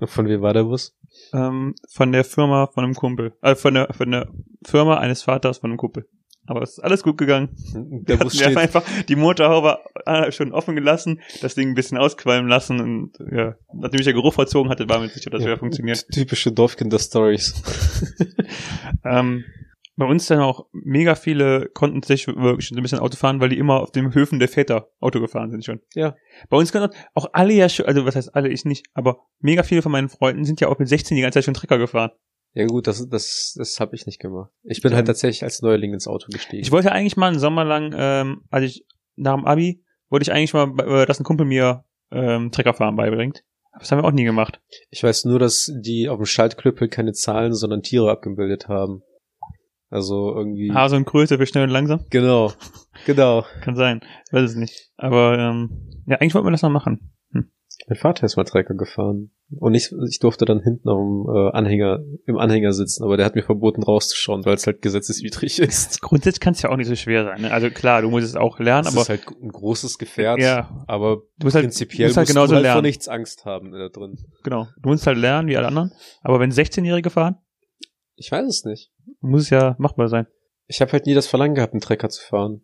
B: Von wem war
A: (laughs)
B: der Bus?
A: Ähm, von der Firma von einem Kumpel. Äh, von der, von der Firma eines Vaters von einem Kumpel. Aber es ist alles gut gegangen.
B: Der Bus
A: wir haben
B: steht.
A: einfach die Motorhaube anderthalb Stunden offen gelassen, das Ding ein bisschen ausqualmen lassen und ja, nachdem ich der Geruch verzogen hatte, war mir sicher, dass das wieder funktioniert.
B: Typische Dorfkinder-Stories. (laughs)
A: Ähm, bei uns dann auch mega viele konnten sich wirklich schon ein bisschen Auto fahren, weil die immer auf den Höfen der Väter Auto gefahren sind schon.
B: Ja.
A: Bei uns können auch alle ja schon, also was heißt alle, ich nicht, aber mega viele von meinen Freunden sind ja auch mit 16 die ganze Zeit schon Trecker gefahren.
B: Ja gut, das, das, das habe ich nicht gemacht. Ich bin halt tatsächlich als Neuling ins Auto gestiegen.
A: Ich wollte eigentlich mal einen Sommer lang, ähm, als ich nach dem Abi, wollte ich eigentlich mal, äh, dass ein Kumpel mir ähm, Treckerfahren beibringt. Aber das haben wir auch nie gemacht.
B: Ich weiß nur, dass die auf dem Schaltknüppel keine Zahlen, sondern Tiere abgebildet haben. Also irgendwie.
A: Hase und Kröte für schnell und langsam.
B: Genau. Genau.
A: Kann sein. Ich weiß es nicht. Aber ähm, ja, eigentlich wollten wir das noch machen.
B: (laughs) Mein Vater ist mal Trecker gefahren. Und ich, ich durfte dann hinten auf dem äh, Anhänger, im Anhänger sitzen, aber der hat mir verboten rauszuschauen, weil es halt gesetzeswidrig (laughs) ist.
A: Grundsätzlich kann es ja auch nicht so schwer sein. Ne? Also klar, du musst es auch lernen,
B: Das
A: aber
B: ist halt ein großes Gefährt,
A: ja,
B: aber
A: du musst halt,
B: prinzipiell
A: du musst halt
B: musst
A: genauso
B: du halt vor
A: lernen.
B: nichts Angst haben da drin.
A: genau. Du musst halt lernen wie alle anderen. Aber wenn 16-Jährige fahren,
B: Ich weiß es nicht.
A: muss es ja machbar sein.
B: Ich habe halt nie das Verlangen gehabt, einen Trecker zu fahren.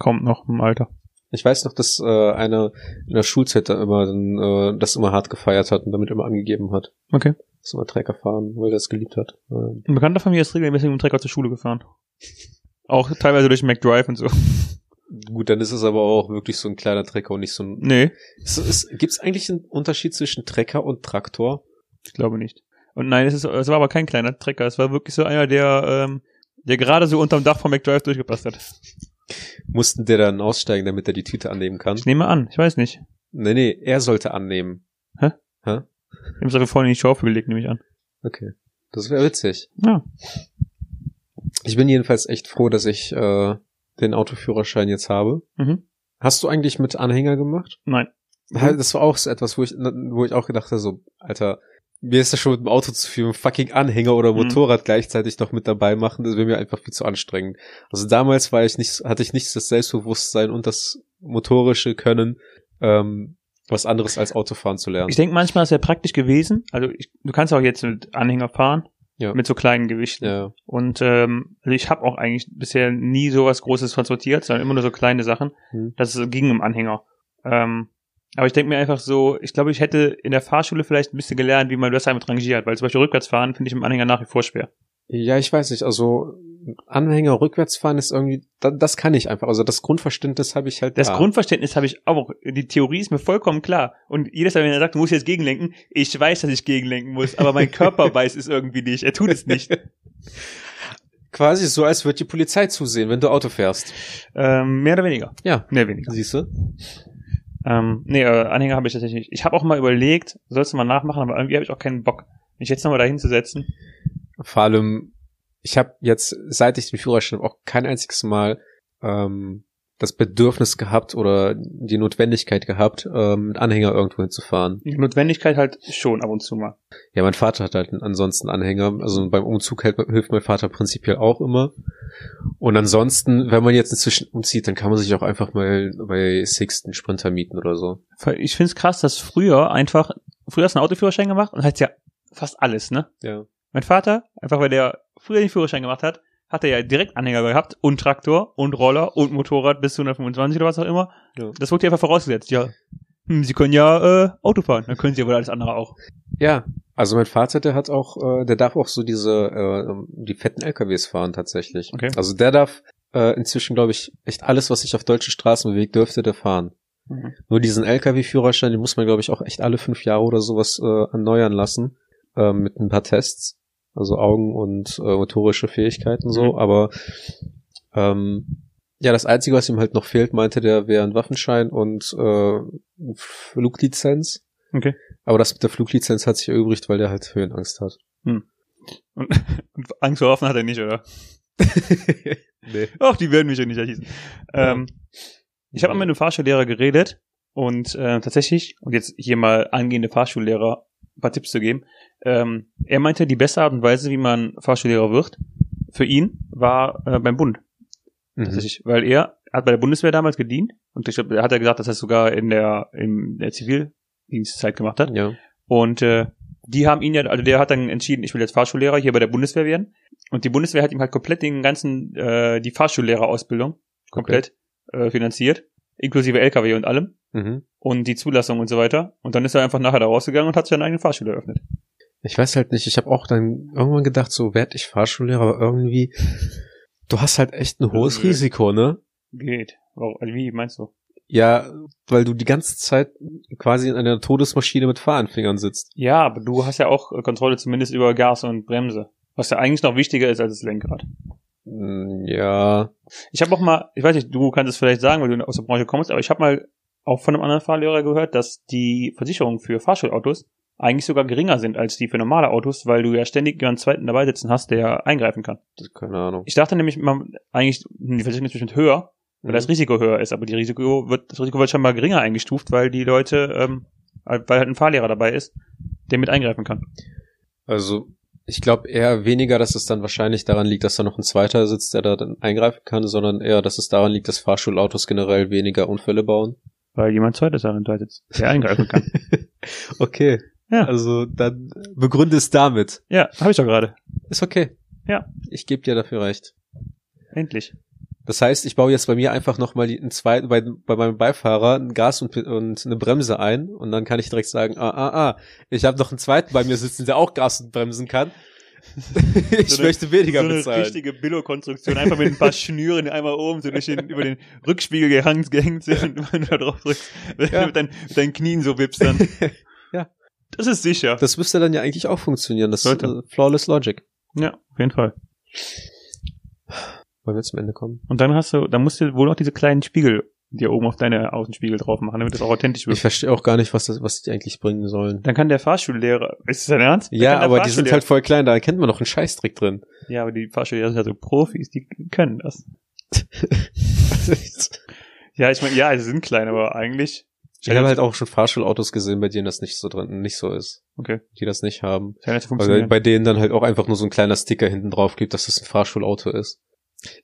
A: Kommt noch im Alter.
B: Ich weiß noch, dass äh, einer in der Schulzeit da immer dann, äh, das immer hart gefeiert hat und damit immer angegeben hat.
A: Okay.
B: Dass immer Trecker fahren, weil er es geliebt hat. Ähm,
A: Ein Bekannter von mir ist regelmäßig mit dem Trecker zur Schule gefahren. Auch teilweise durch den McDrive und so. (laughs)
B: gut, dann ist es aber auch wirklich so ein kleiner Trecker und nicht so ein.
A: Nee,
B: Es, es, Gibt es eigentlich einen Unterschied zwischen Trecker und Traktor?
A: ich glaube nicht. Und nein, es, ist, es war aber kein kleiner Trecker. Es war wirklich so einer, der, ähm, der gerade so unterm Dach von McDrive durchgepasst hat.
B: Mussten der dann aussteigen, damit er die Tüte annehmen kann?
A: Ich nehme an, ich weiß nicht.
B: Nee, nee, er sollte annehmen.
A: Hä?
B: Hä?
A: Ich habe es dafür vorhin in die Schaufel gelegt, nehme ich an.
B: Okay. Das wäre witzig.
A: Ja.
B: Ich bin jedenfalls echt froh, dass ich äh, den Autoführerschein jetzt habe.
A: Mhm.
B: Hast du eigentlich mit Anhänger gemacht?
A: Nein.
B: Halt, Das war auch so etwas, wo ich, wo ich auch gedacht habe, so, Alter, mir ist das schon mit dem Auto zu viel, mit fucking Anhänger oder
A: Mhm.
B: Motorrad gleichzeitig noch mit dabei machen, das wäre mir einfach viel zu anstrengend. Also damals war ich nicht, hatte ich nicht das Selbstbewusstsein und das motorische Können, ähm, was anderes als Autofahren zu lernen.
A: Ich denke manchmal, es wäre praktisch gewesen. Also ich, du kannst auch jetzt mit Anhänger fahren,
B: Ja.
A: mit so kleinen Gewichten.
B: ja.
A: Und ähm, also ich habe auch eigentlich bisher nie sowas Großes transportiert, sondern immer nur so kleine Sachen.
B: Hm.
A: Das ging im Anhänger. Ähm, aber ich denke mir einfach so, ich glaube, ich hätte in der Fahrschule vielleicht ein bisschen gelernt, wie man besser mit rangiert, weil zum Beispiel Rückwärtsfahren finde ich im Anhänger nach wie vor schwer.
B: Ja, ich weiß nicht. Also Anhänger rückwärts fahren ist irgendwie, da, das kann ich einfach. Also das Grundverständnis habe ich halt.
A: Das
B: da.
A: Grundverständnis habe ich auch. Die Theorie ist mir vollkommen klar. Und jedes Mal, wenn er sagt, du musst jetzt gegenlenken, ich weiß, dass ich gegenlenken muss, aber mein Körper weiß es irgendwie nicht. Er tut es nicht.
B: Quasi so, als würde die Polizei zusehen, wenn du Auto fährst.
A: ähm, mehr oder weniger.
B: Ja.
A: Mehr weniger.
B: Siehst du?
A: Ähm, nee, äh, Anhänger habe ich tatsächlich nicht. Ich habe auch mal überlegt, sollst du mal nachmachen, aber irgendwie habe ich auch keinen Bock, mich jetzt nochmal dahin zu setzen.
B: Vor allem, ich habe jetzt, seit ich den Führerschein hab, auch kein einziges Mal ähm, das Bedürfnis gehabt oder die Notwendigkeit gehabt, ähm, mit Anhänger irgendwo hinzufahren.
A: Die Notwendigkeit halt schon ab und zu mal.
B: Ja, mein Vater hat halt einen- ansonsten Anhänger. Also beim Umzug halt, hilft mein Vater prinzipiell auch immer. Und ansonsten, wenn man jetzt inzwischen umzieht, dann kann man sich auch einfach mal bei Sixten Sprinter mieten oder so.
A: Ich finde es krass, dass früher einfach, früher hast du einen Autoführerschein gemacht und hat ja fast alles, ne?
B: Ja.
A: Mein Vater, einfach weil der früher den Führerschein gemacht hat, hat er ja direkt Anhänger gehabt und Traktor und Roller und Motorrad bis zu 125 oder was auch immer.
B: Ja.
A: Das wurde ja einfach vorausgesetzt, ja. Hm, sie können ja äh, Auto fahren, dann können sie ja wohl alles andere auch.
B: Ja. Also mein Vater, der hat auch, äh, der darf auch so diese, äh, die fetten LKWs fahren tatsächlich.
A: Okay.
B: Also der darf äh, inzwischen, glaube ich, echt alles, was sich auf deutschen Straßen bewegt, dürfte der fahren.
A: Mhm.
B: Nur diesen LKW-Führerschein, den muss man, glaube ich, auch echt alle fünf Jahre oder sowas äh, erneuern lassen. Äh, mit ein paar Tests. Also Augen und äh, motorische Fähigkeiten so.
A: Mhm.
B: Aber ähm, ja, das Einzige, was ihm halt noch fehlt, meinte der, wäre ein Waffenschein und äh, Fluglizenz.
A: Okay.
B: Aber das mit der Fluglizenz hat sich erübrigt, weil der halt
A: (laughs)
B: Höhenangst hat.
A: Und Angst vor Waffen hat er nicht, oder?
B: nee.
A: Ach, die werden mich ja nicht erschießen. Ähm, ich
B: Mhm.
A: habe mal mit einem Fahrschullehrer geredet und äh, tatsächlich, und jetzt hier mal angehende Fahrschullehrer ein paar Tipps zu geben, ähm, er meinte, die beste Art und Weise, wie man Fahrschullehrer wird, für ihn war äh, beim Bund.
B: Mhm.
A: Tatsächlich, weil er hat bei der Bundeswehr damals gedient und ich glaube, er hat ja gesagt, dass er es sogar in der, in der Zivildienstzeit gemacht hat.
B: Ja.
A: Und äh, die haben ihn ja, also der hat dann entschieden, ich will jetzt Fahrschullehrer hier bei der Bundeswehr werden. Und die Bundeswehr hat ihm halt komplett den ganzen, äh, die Fahrschullehrerausbildung komplett äh, finanziert, inklusive LKW und allem
B: Mhm.
A: und die Zulassung und so weiter. Und dann ist er einfach nachher da rausgegangen und hat seinen eigenen Fahrschule eröffnet.
B: Ich weiß halt nicht, ich habe auch dann irgendwann gedacht, so werd ich Fahrschullehrer, aber irgendwie, du hast halt echt ein hohes
A: Nö.
B: Risiko, ne?
A: Geht. Warum- also Wie meinst du?
B: Ja, weil du die ganze Zeit quasi in einer Todesmaschine mit Fahranfängern sitzt.
A: Ja, aber du hast ja auch äh, Kontrolle zumindest über Gas und Bremse. Was ja eigentlich noch wichtiger ist als das Lenkrad.
B: Mm, Ja,
A: Ich habe auch mal, ich weiß nicht, du kannst es vielleicht sagen, weil du aus der Branche kommst, aber ich habe mal auch von einem anderen Fahrlehrer gehört, dass die Versicherungen für Fahrschulautos eigentlich sogar geringer sind als die für normale Autos, weil du ja ständig einen zweiten dabei sitzen hast, der eingreifen kann.
B: keine Ahnung.
A: Ich dachte nämlich, man, eigentlich, hm, die Versicherung ist bestimmt höher, weil das Risiko höher ist, aber die Risiko wird, das Risiko wird scheinbar geringer eingestuft, weil die Leute, ähm, weil halt ein Fahrlehrer dabei ist, der mit eingreifen kann.
B: Also, ich glaube eher weniger, dass es dann wahrscheinlich daran liegt, dass da noch ein zweiter sitzt, der da dann eingreifen kann, sondern eher, dass es daran liegt, dass Fahrschulautos generell weniger Unfälle bauen.
A: Weil jemand zweites darin da sitzt, der eingreifen kann.
B: (laughs) Okay.
A: Ja.
B: Also, dann begründe es damit.
A: (laughs) ja, habe ich doch gerade.
B: Ist okay.
A: Ja.
B: Ich gebe dir dafür recht.
A: Endlich.
B: Das heißt, ich baue jetzt bei mir einfach nochmal einen zweiten, bei, bei meinem Beifahrer ein Gas und, und eine Bremse ein und dann kann ich direkt sagen, ah, ah, ah, ich habe noch einen zweiten bei mir sitzen, der auch Gas und bremsen kann. (laughs) ich
A: So eine-
B: möchte weniger
A: so eine
B: bezahlen.
A: richtige Billo-Konstruktion, einfach mit ein (laughs) paar Schnüren einmal oben so durch den, über den Rückspiegel gehängt, gehängt sind und wenn du da drauf drückst, wenn
B: Ja.
A: du mit, deinen, mit deinen Knien so wippst (laughs) dann.
B: Ja.
A: Das ist sicher.
B: Das müsste dann ja eigentlich auch funktionieren, das ist
A: Sollte.
B: äh, flawless logic.
A: ja, auf jeden Fall.
B: Wollen wir zum Ende kommen?
A: Und dann hast du, dann musst du wohl noch diese kleinen Spiegel dir oben auf deine Außenspiegel drauf machen, damit das auch authentisch
B: Ich
A: wirkt.
B: verstehe auch gar nicht, was, das, was die eigentlich bringen sollen.
A: Dann kann der Fahrschullehrer, ist das dein Ernst? Dann
B: Ja,
A: kann der
B: aber die sind
A: Fahrschullehrer-
B: halt voll klein, da erkennt man noch einen Scheißtrick drin.
A: Ja, aber die Fahrschullehrer sind ja so Profis, die können das. Ja, ich meine, ja, sie sind klein, aber eigentlich. (laughs)
B: ich habe halt auch schon Fahrschulautos gesehen, bei denen das nicht so drin, nicht so ist.
A: Okay,
B: Die das nicht haben.
A: scheint zu
B: Also
A: funktionieren.
B: bei denen dann halt auch einfach nur so ein kleiner Sticker hinten drauf gibt, dass das ein Fahrschulauto ist.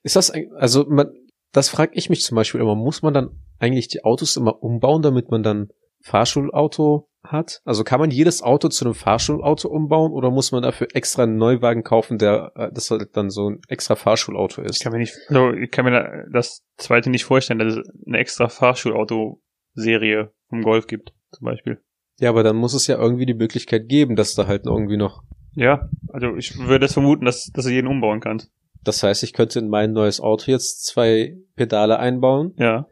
B: Ist das, ein- also man, das frage ich mich zum Beispiel immer, muss man dann eigentlich die Autos immer umbauen, damit man dann Fahrschulauto hat? Also kann man jedes Auto zu einem Fahrschulauto umbauen oder muss man dafür extra einen Neuwagen kaufen, der, äh, das halt dann so ein extra Fahrschulauto
A: Ich
B: ist?
A: kann mir nicht, also ich kann mir da- das zweite nicht vorstellen, dass es eine extra Fahrschulauto-Serie vom Golf gibt, zum Beispiel.
B: Ja, aber dann muss es ja irgendwie die Möglichkeit geben, dass da halt irgendwie noch.
A: Ja, also ich würde es vermuten, dass, dass du jeden umbauen kannst.
B: Das heißt, ich könnte in mein neues Auto jetzt zwei Pedale einbauen,
A: Ja.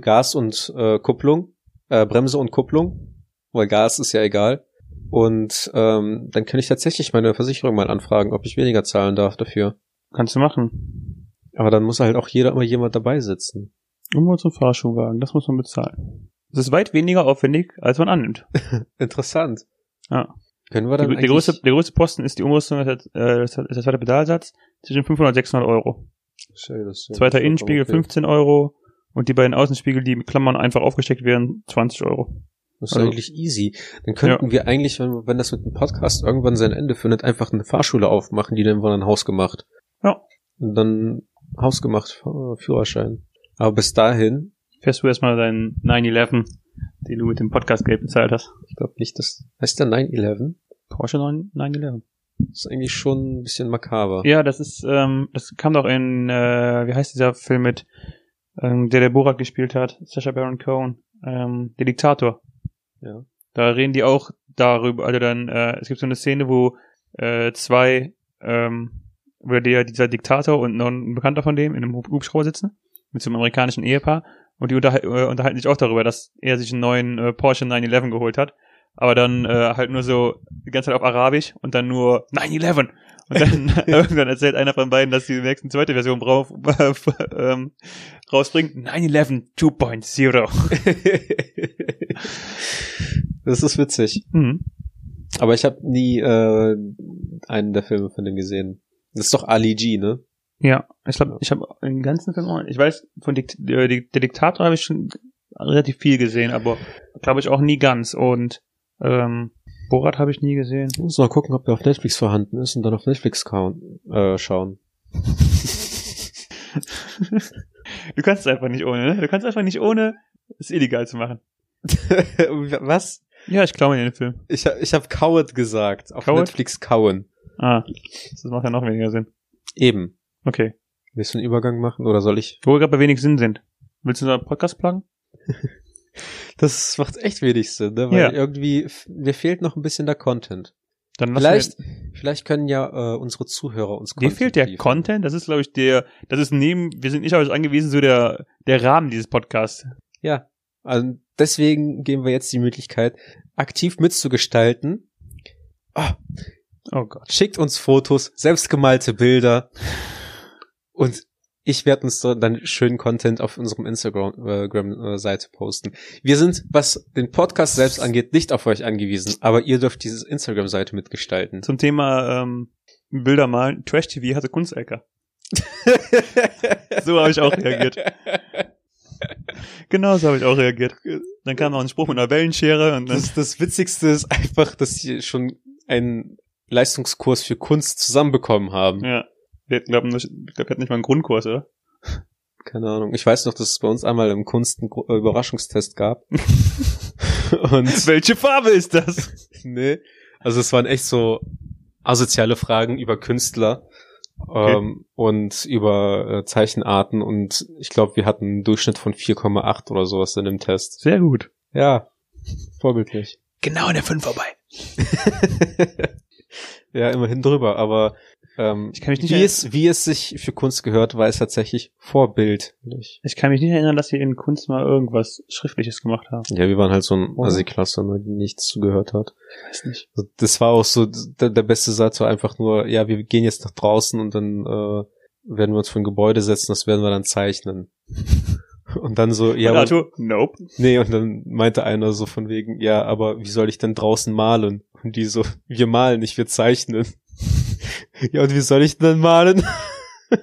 B: Gas und äh, Kupplung, äh, Bremse und Kupplung, weil Gas ist ja egal. Und ähm, dann kann ich tatsächlich meine Versicherung mal anfragen, ob ich weniger zahlen darf dafür.
A: Kannst du machen.
B: Aber dann muss halt auch jeder immer jemand dabei sitzen.
A: Irgendwo zum Fahrschulwagen, das muss man bezahlen. Das ist weit weniger aufwendig, als man annimmt.
B: Interessant.
A: Ja.
B: Können wir dann
A: Die, der,
B: eigentlich-
A: größte, der größte Posten ist die Umrüstung, das ist der, äh, das ist der zweite Pedalsatz, zwischen 500 und 600 Euro.
B: Schön, das ist ja
A: Zweiter
B: vollkommen
A: Innenspiegel
B: okay.
A: 15 Euro und die beiden Außenspiegel, die mit Klammern einfach aufgesteckt werden, 20 Euro.
B: Das ist
A: Also-
B: eigentlich easy. Dann könnten wir eigentlich, wenn, wenn das mit dem Podcast irgendwann sein Ende findet, einfach eine Fahrschule aufmachen, die dann war dann hausgemacht.
A: Ja.
B: Und dann hausgemacht äh, Führerschein. Aber bis dahin,
A: Fährst du erstmal deinen 911, den du mit dem Podcast-Geld bezahlt hast?
B: ich glaube nicht, dass heißt der 9-11?
A: Porsche 9, 911.
B: Ist eigentlich schon ein bisschen makaber.
A: Ja, das ist, ähm, das kam doch in, äh, wie heißt dieser Film mit, ähm, der der Borat gespielt hat, Sacha Baron Cohen, ähm, der Diktator.
B: Ja.
A: Da reden die auch darüber, also dann, äh, es gibt so eine Szene, wo äh, zwei, ähm, wo der, dieser Diktator und noch ein Bekannter von dem in einem Hub- Hubschrauber sitzen, mit so einem amerikanischen Ehepaar, und die unterhal äh, unterhalten sich auch darüber, dass er sich einen neuen äh, Porsche 911 geholt hat, aber dann äh, halt nur so die ganze Zeit auf Arabisch und dann nur 911. Und dann (laughs) irgendwann erzählt einer von beiden, dass die nächsten zweite Version drauf, (laughs) ähm, rausbringt 911 2.0.
B: (laughs) das ist witzig.
A: (laughs) Mhm.
B: Aber ich habe nie äh, einen der Filme von dem gesehen. Das ist doch Ali G, ne?
A: Ja, ich glaube, ich habe den ganzen Film auch, ich weiß, von Dikt äh, Di- der Diktator habe ich schon relativ viel gesehen, aber glaube ich auch nie ganz. Und ähm, Borat habe ich nie gesehen.
B: Ich muss mal gucken, ob der auf Netflix vorhanden ist und dann auf Netflix kauen, äh, schauen.
A: (laughs) Du kannst es einfach nicht ohne, ne? Du kannst einfach nicht ohne, es illegal zu machen.
B: (laughs) Was?
A: Ja, ich klaue mir den Film.
B: Ich, hab- ich habe Coward gesagt. Auf
A: Coward?
B: Netflix kauen.
A: Ah, das macht ja noch weniger Sinn.
B: Eben.
A: Okay.
B: Willst du einen Übergang machen oder soll ich?
A: Wo wir gerade bei wenig Sinn sind. Willst du unseren Podcast plagen?
B: Das macht echt wenig Sinn, ne? weil
A: Ja.
B: irgendwie f- mir fehlt noch ein bisschen der Content.
A: Dann lass
B: Vielleicht,
A: mir-
B: vielleicht können ja äh, unsere Zuhörer uns
A: Dir fehlt der
B: liefern.
A: Content, das ist, glaube ich, der, das ist neben, wir sind nicht auf euch angewiesen, so der, der Rahmen dieses Podcasts.
B: Ja. Also deswegen geben wir jetzt die Möglichkeit, aktiv mitzugestalten. Ah,
A: Oh Gott.
B: schickt uns Fotos, selbstgemalte Bilder und ich werde uns so dann schönen Content auf unserem Instagram-Seite posten. Wir sind, was den Podcast selbst angeht, nicht auf euch angewiesen, aber ihr dürft diese
A: (laughs)
B: Instagram-Seite mitgestalten.
A: Zum Thema ähm, Bilder malen, Trash TV hatte Kunstecke. So habe ich auch (laughs) reagiert. Genau so habe ich auch reagiert. Dann kam noch ein Spruch mit einer Wellenschere und (laughs) dann,
B: Das, das Witzigste ist einfach, dass sie schon einen Leistungskurs für Kunst zusammenbekommen haben.
A: ja. Wir glauben, ich glaube, wir hatten nicht mal einen Grundkurs, oder?
B: Keine Ahnung. Ich weiß noch, dass es bei uns einmal im Kunst einen Gro- äh, Überraschungstest gab.
A: (laughs)
B: Und
A: Welche Farbe ist das?
B: nee. Also es waren echt so asoziale Fragen über Künstler ähm, und über äh, Zeichenarten und ich glaube, wir hatten einen Durchschnitt von 4,8 oder sowas in dem Test.
A: Sehr gut.
B: Ja, vorbildlich.
A: Genau in der 5 vorbei.
B: (laughs) ja, immerhin drüber, aber ähm,
A: Ich kann mich nicht
B: wie,
A: erinnern-
B: es, wie es sich für Kunst gehört, war es tatsächlich vorbildlich.
A: Ich kann mich nicht erinnern, dass wir in Kunst mal irgendwas Schriftliches gemacht haben.
B: Ja, wir waren halt so ein
A: Oh.
B: Asi-Klasse, ne, die nichts zugehört hat.
A: Weiß nicht.
B: Das war auch so, der, der beste Satz war einfach nur, ja, wir gehen jetzt nach draußen und dann äh, werden wir uns vor ein Gebäude setzen, das werden wir dann zeichnen. (laughs) Und dann so, ja,
A: Und
B: aber,
A: Arthur, nope.
B: nee, und dann meinte einer so von wegen, ja, aber wie soll ich denn draußen malen? Und die so, wir malen nicht, wir zeichnen. (laughs) ja, und wie soll ich denn malen? (laughs) und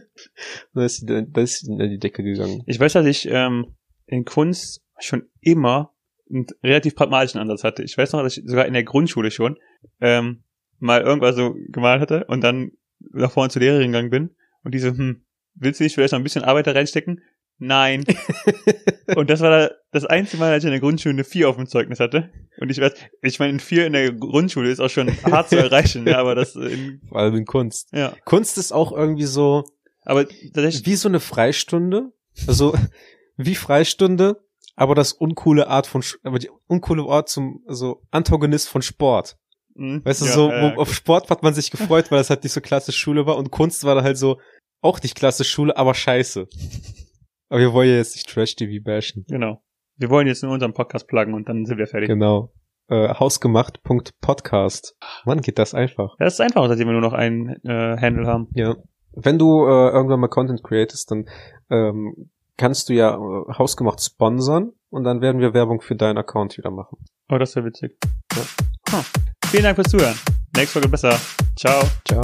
B: dann ist, die, dann ist die an die Decke gegangen.
A: Ich weiß, dass ich ähm, in Kunst schon immer einen relativ pragmatischen Ansatz hatte. Ich weiß noch, dass ich sogar in der Grundschule schon ähm, mal irgendwas so gemalt hatte und dann nach vorne zur Lehrerin gegangen bin und diese, hm, willst du nicht vielleicht noch ein bisschen Arbeit da reinstecken?
B: (laughs)
A: Nein. und das war da das einzige Mal, dass ich in der Grundschule eine 4 auf dem Zeugnis hatte. Und ich weiß, ich meine, ein 4 in der Grundschule ist auch schon hart zu
B: (laughs)
A: erreichen, ne? aber das, äh, in,
B: Vor allem in Kunst.
A: ja.
B: Kunst ist auch irgendwie so,
A: Aber tatsächlich,
B: wie so eine Freistunde, also (laughs) wie Freistunde, aber das uncoole Art von, Sch- aber die uncoole Ort zum, also Antagonist von Sport.
A: mh,
B: Weißt du,
A: ja,
B: so
A: äh,
B: wo, auf Sport hat man sich gefreut, weil das halt nicht so klasse Schule war und Kunst war dann halt so auch nicht klasse Schule, aber scheiße. Aber wir wollen ja jetzt nicht Trash-TV bashen.
A: Genau. Wir wollen jetzt nur unseren Podcast pluggen und dann sind wir fertig.
B: Genau. Äh, Hausgemacht.podcast. Mann, geht das einfach.
A: Ja, Das ist einfach, seitdem wir nur noch einen äh, Handle haben.
B: Ja. Wenn du äh, irgendwann mal Content createst, dann ähm, kannst du ja äh, Hausgemacht sponsern und dann werden wir Werbung für deinen Account wieder machen.
A: Oh, das ist ja witzig. Ja. Huh. Vielen Dank fürs Zuhören. Nächste Folge besser. Ciao.
B: Ciao.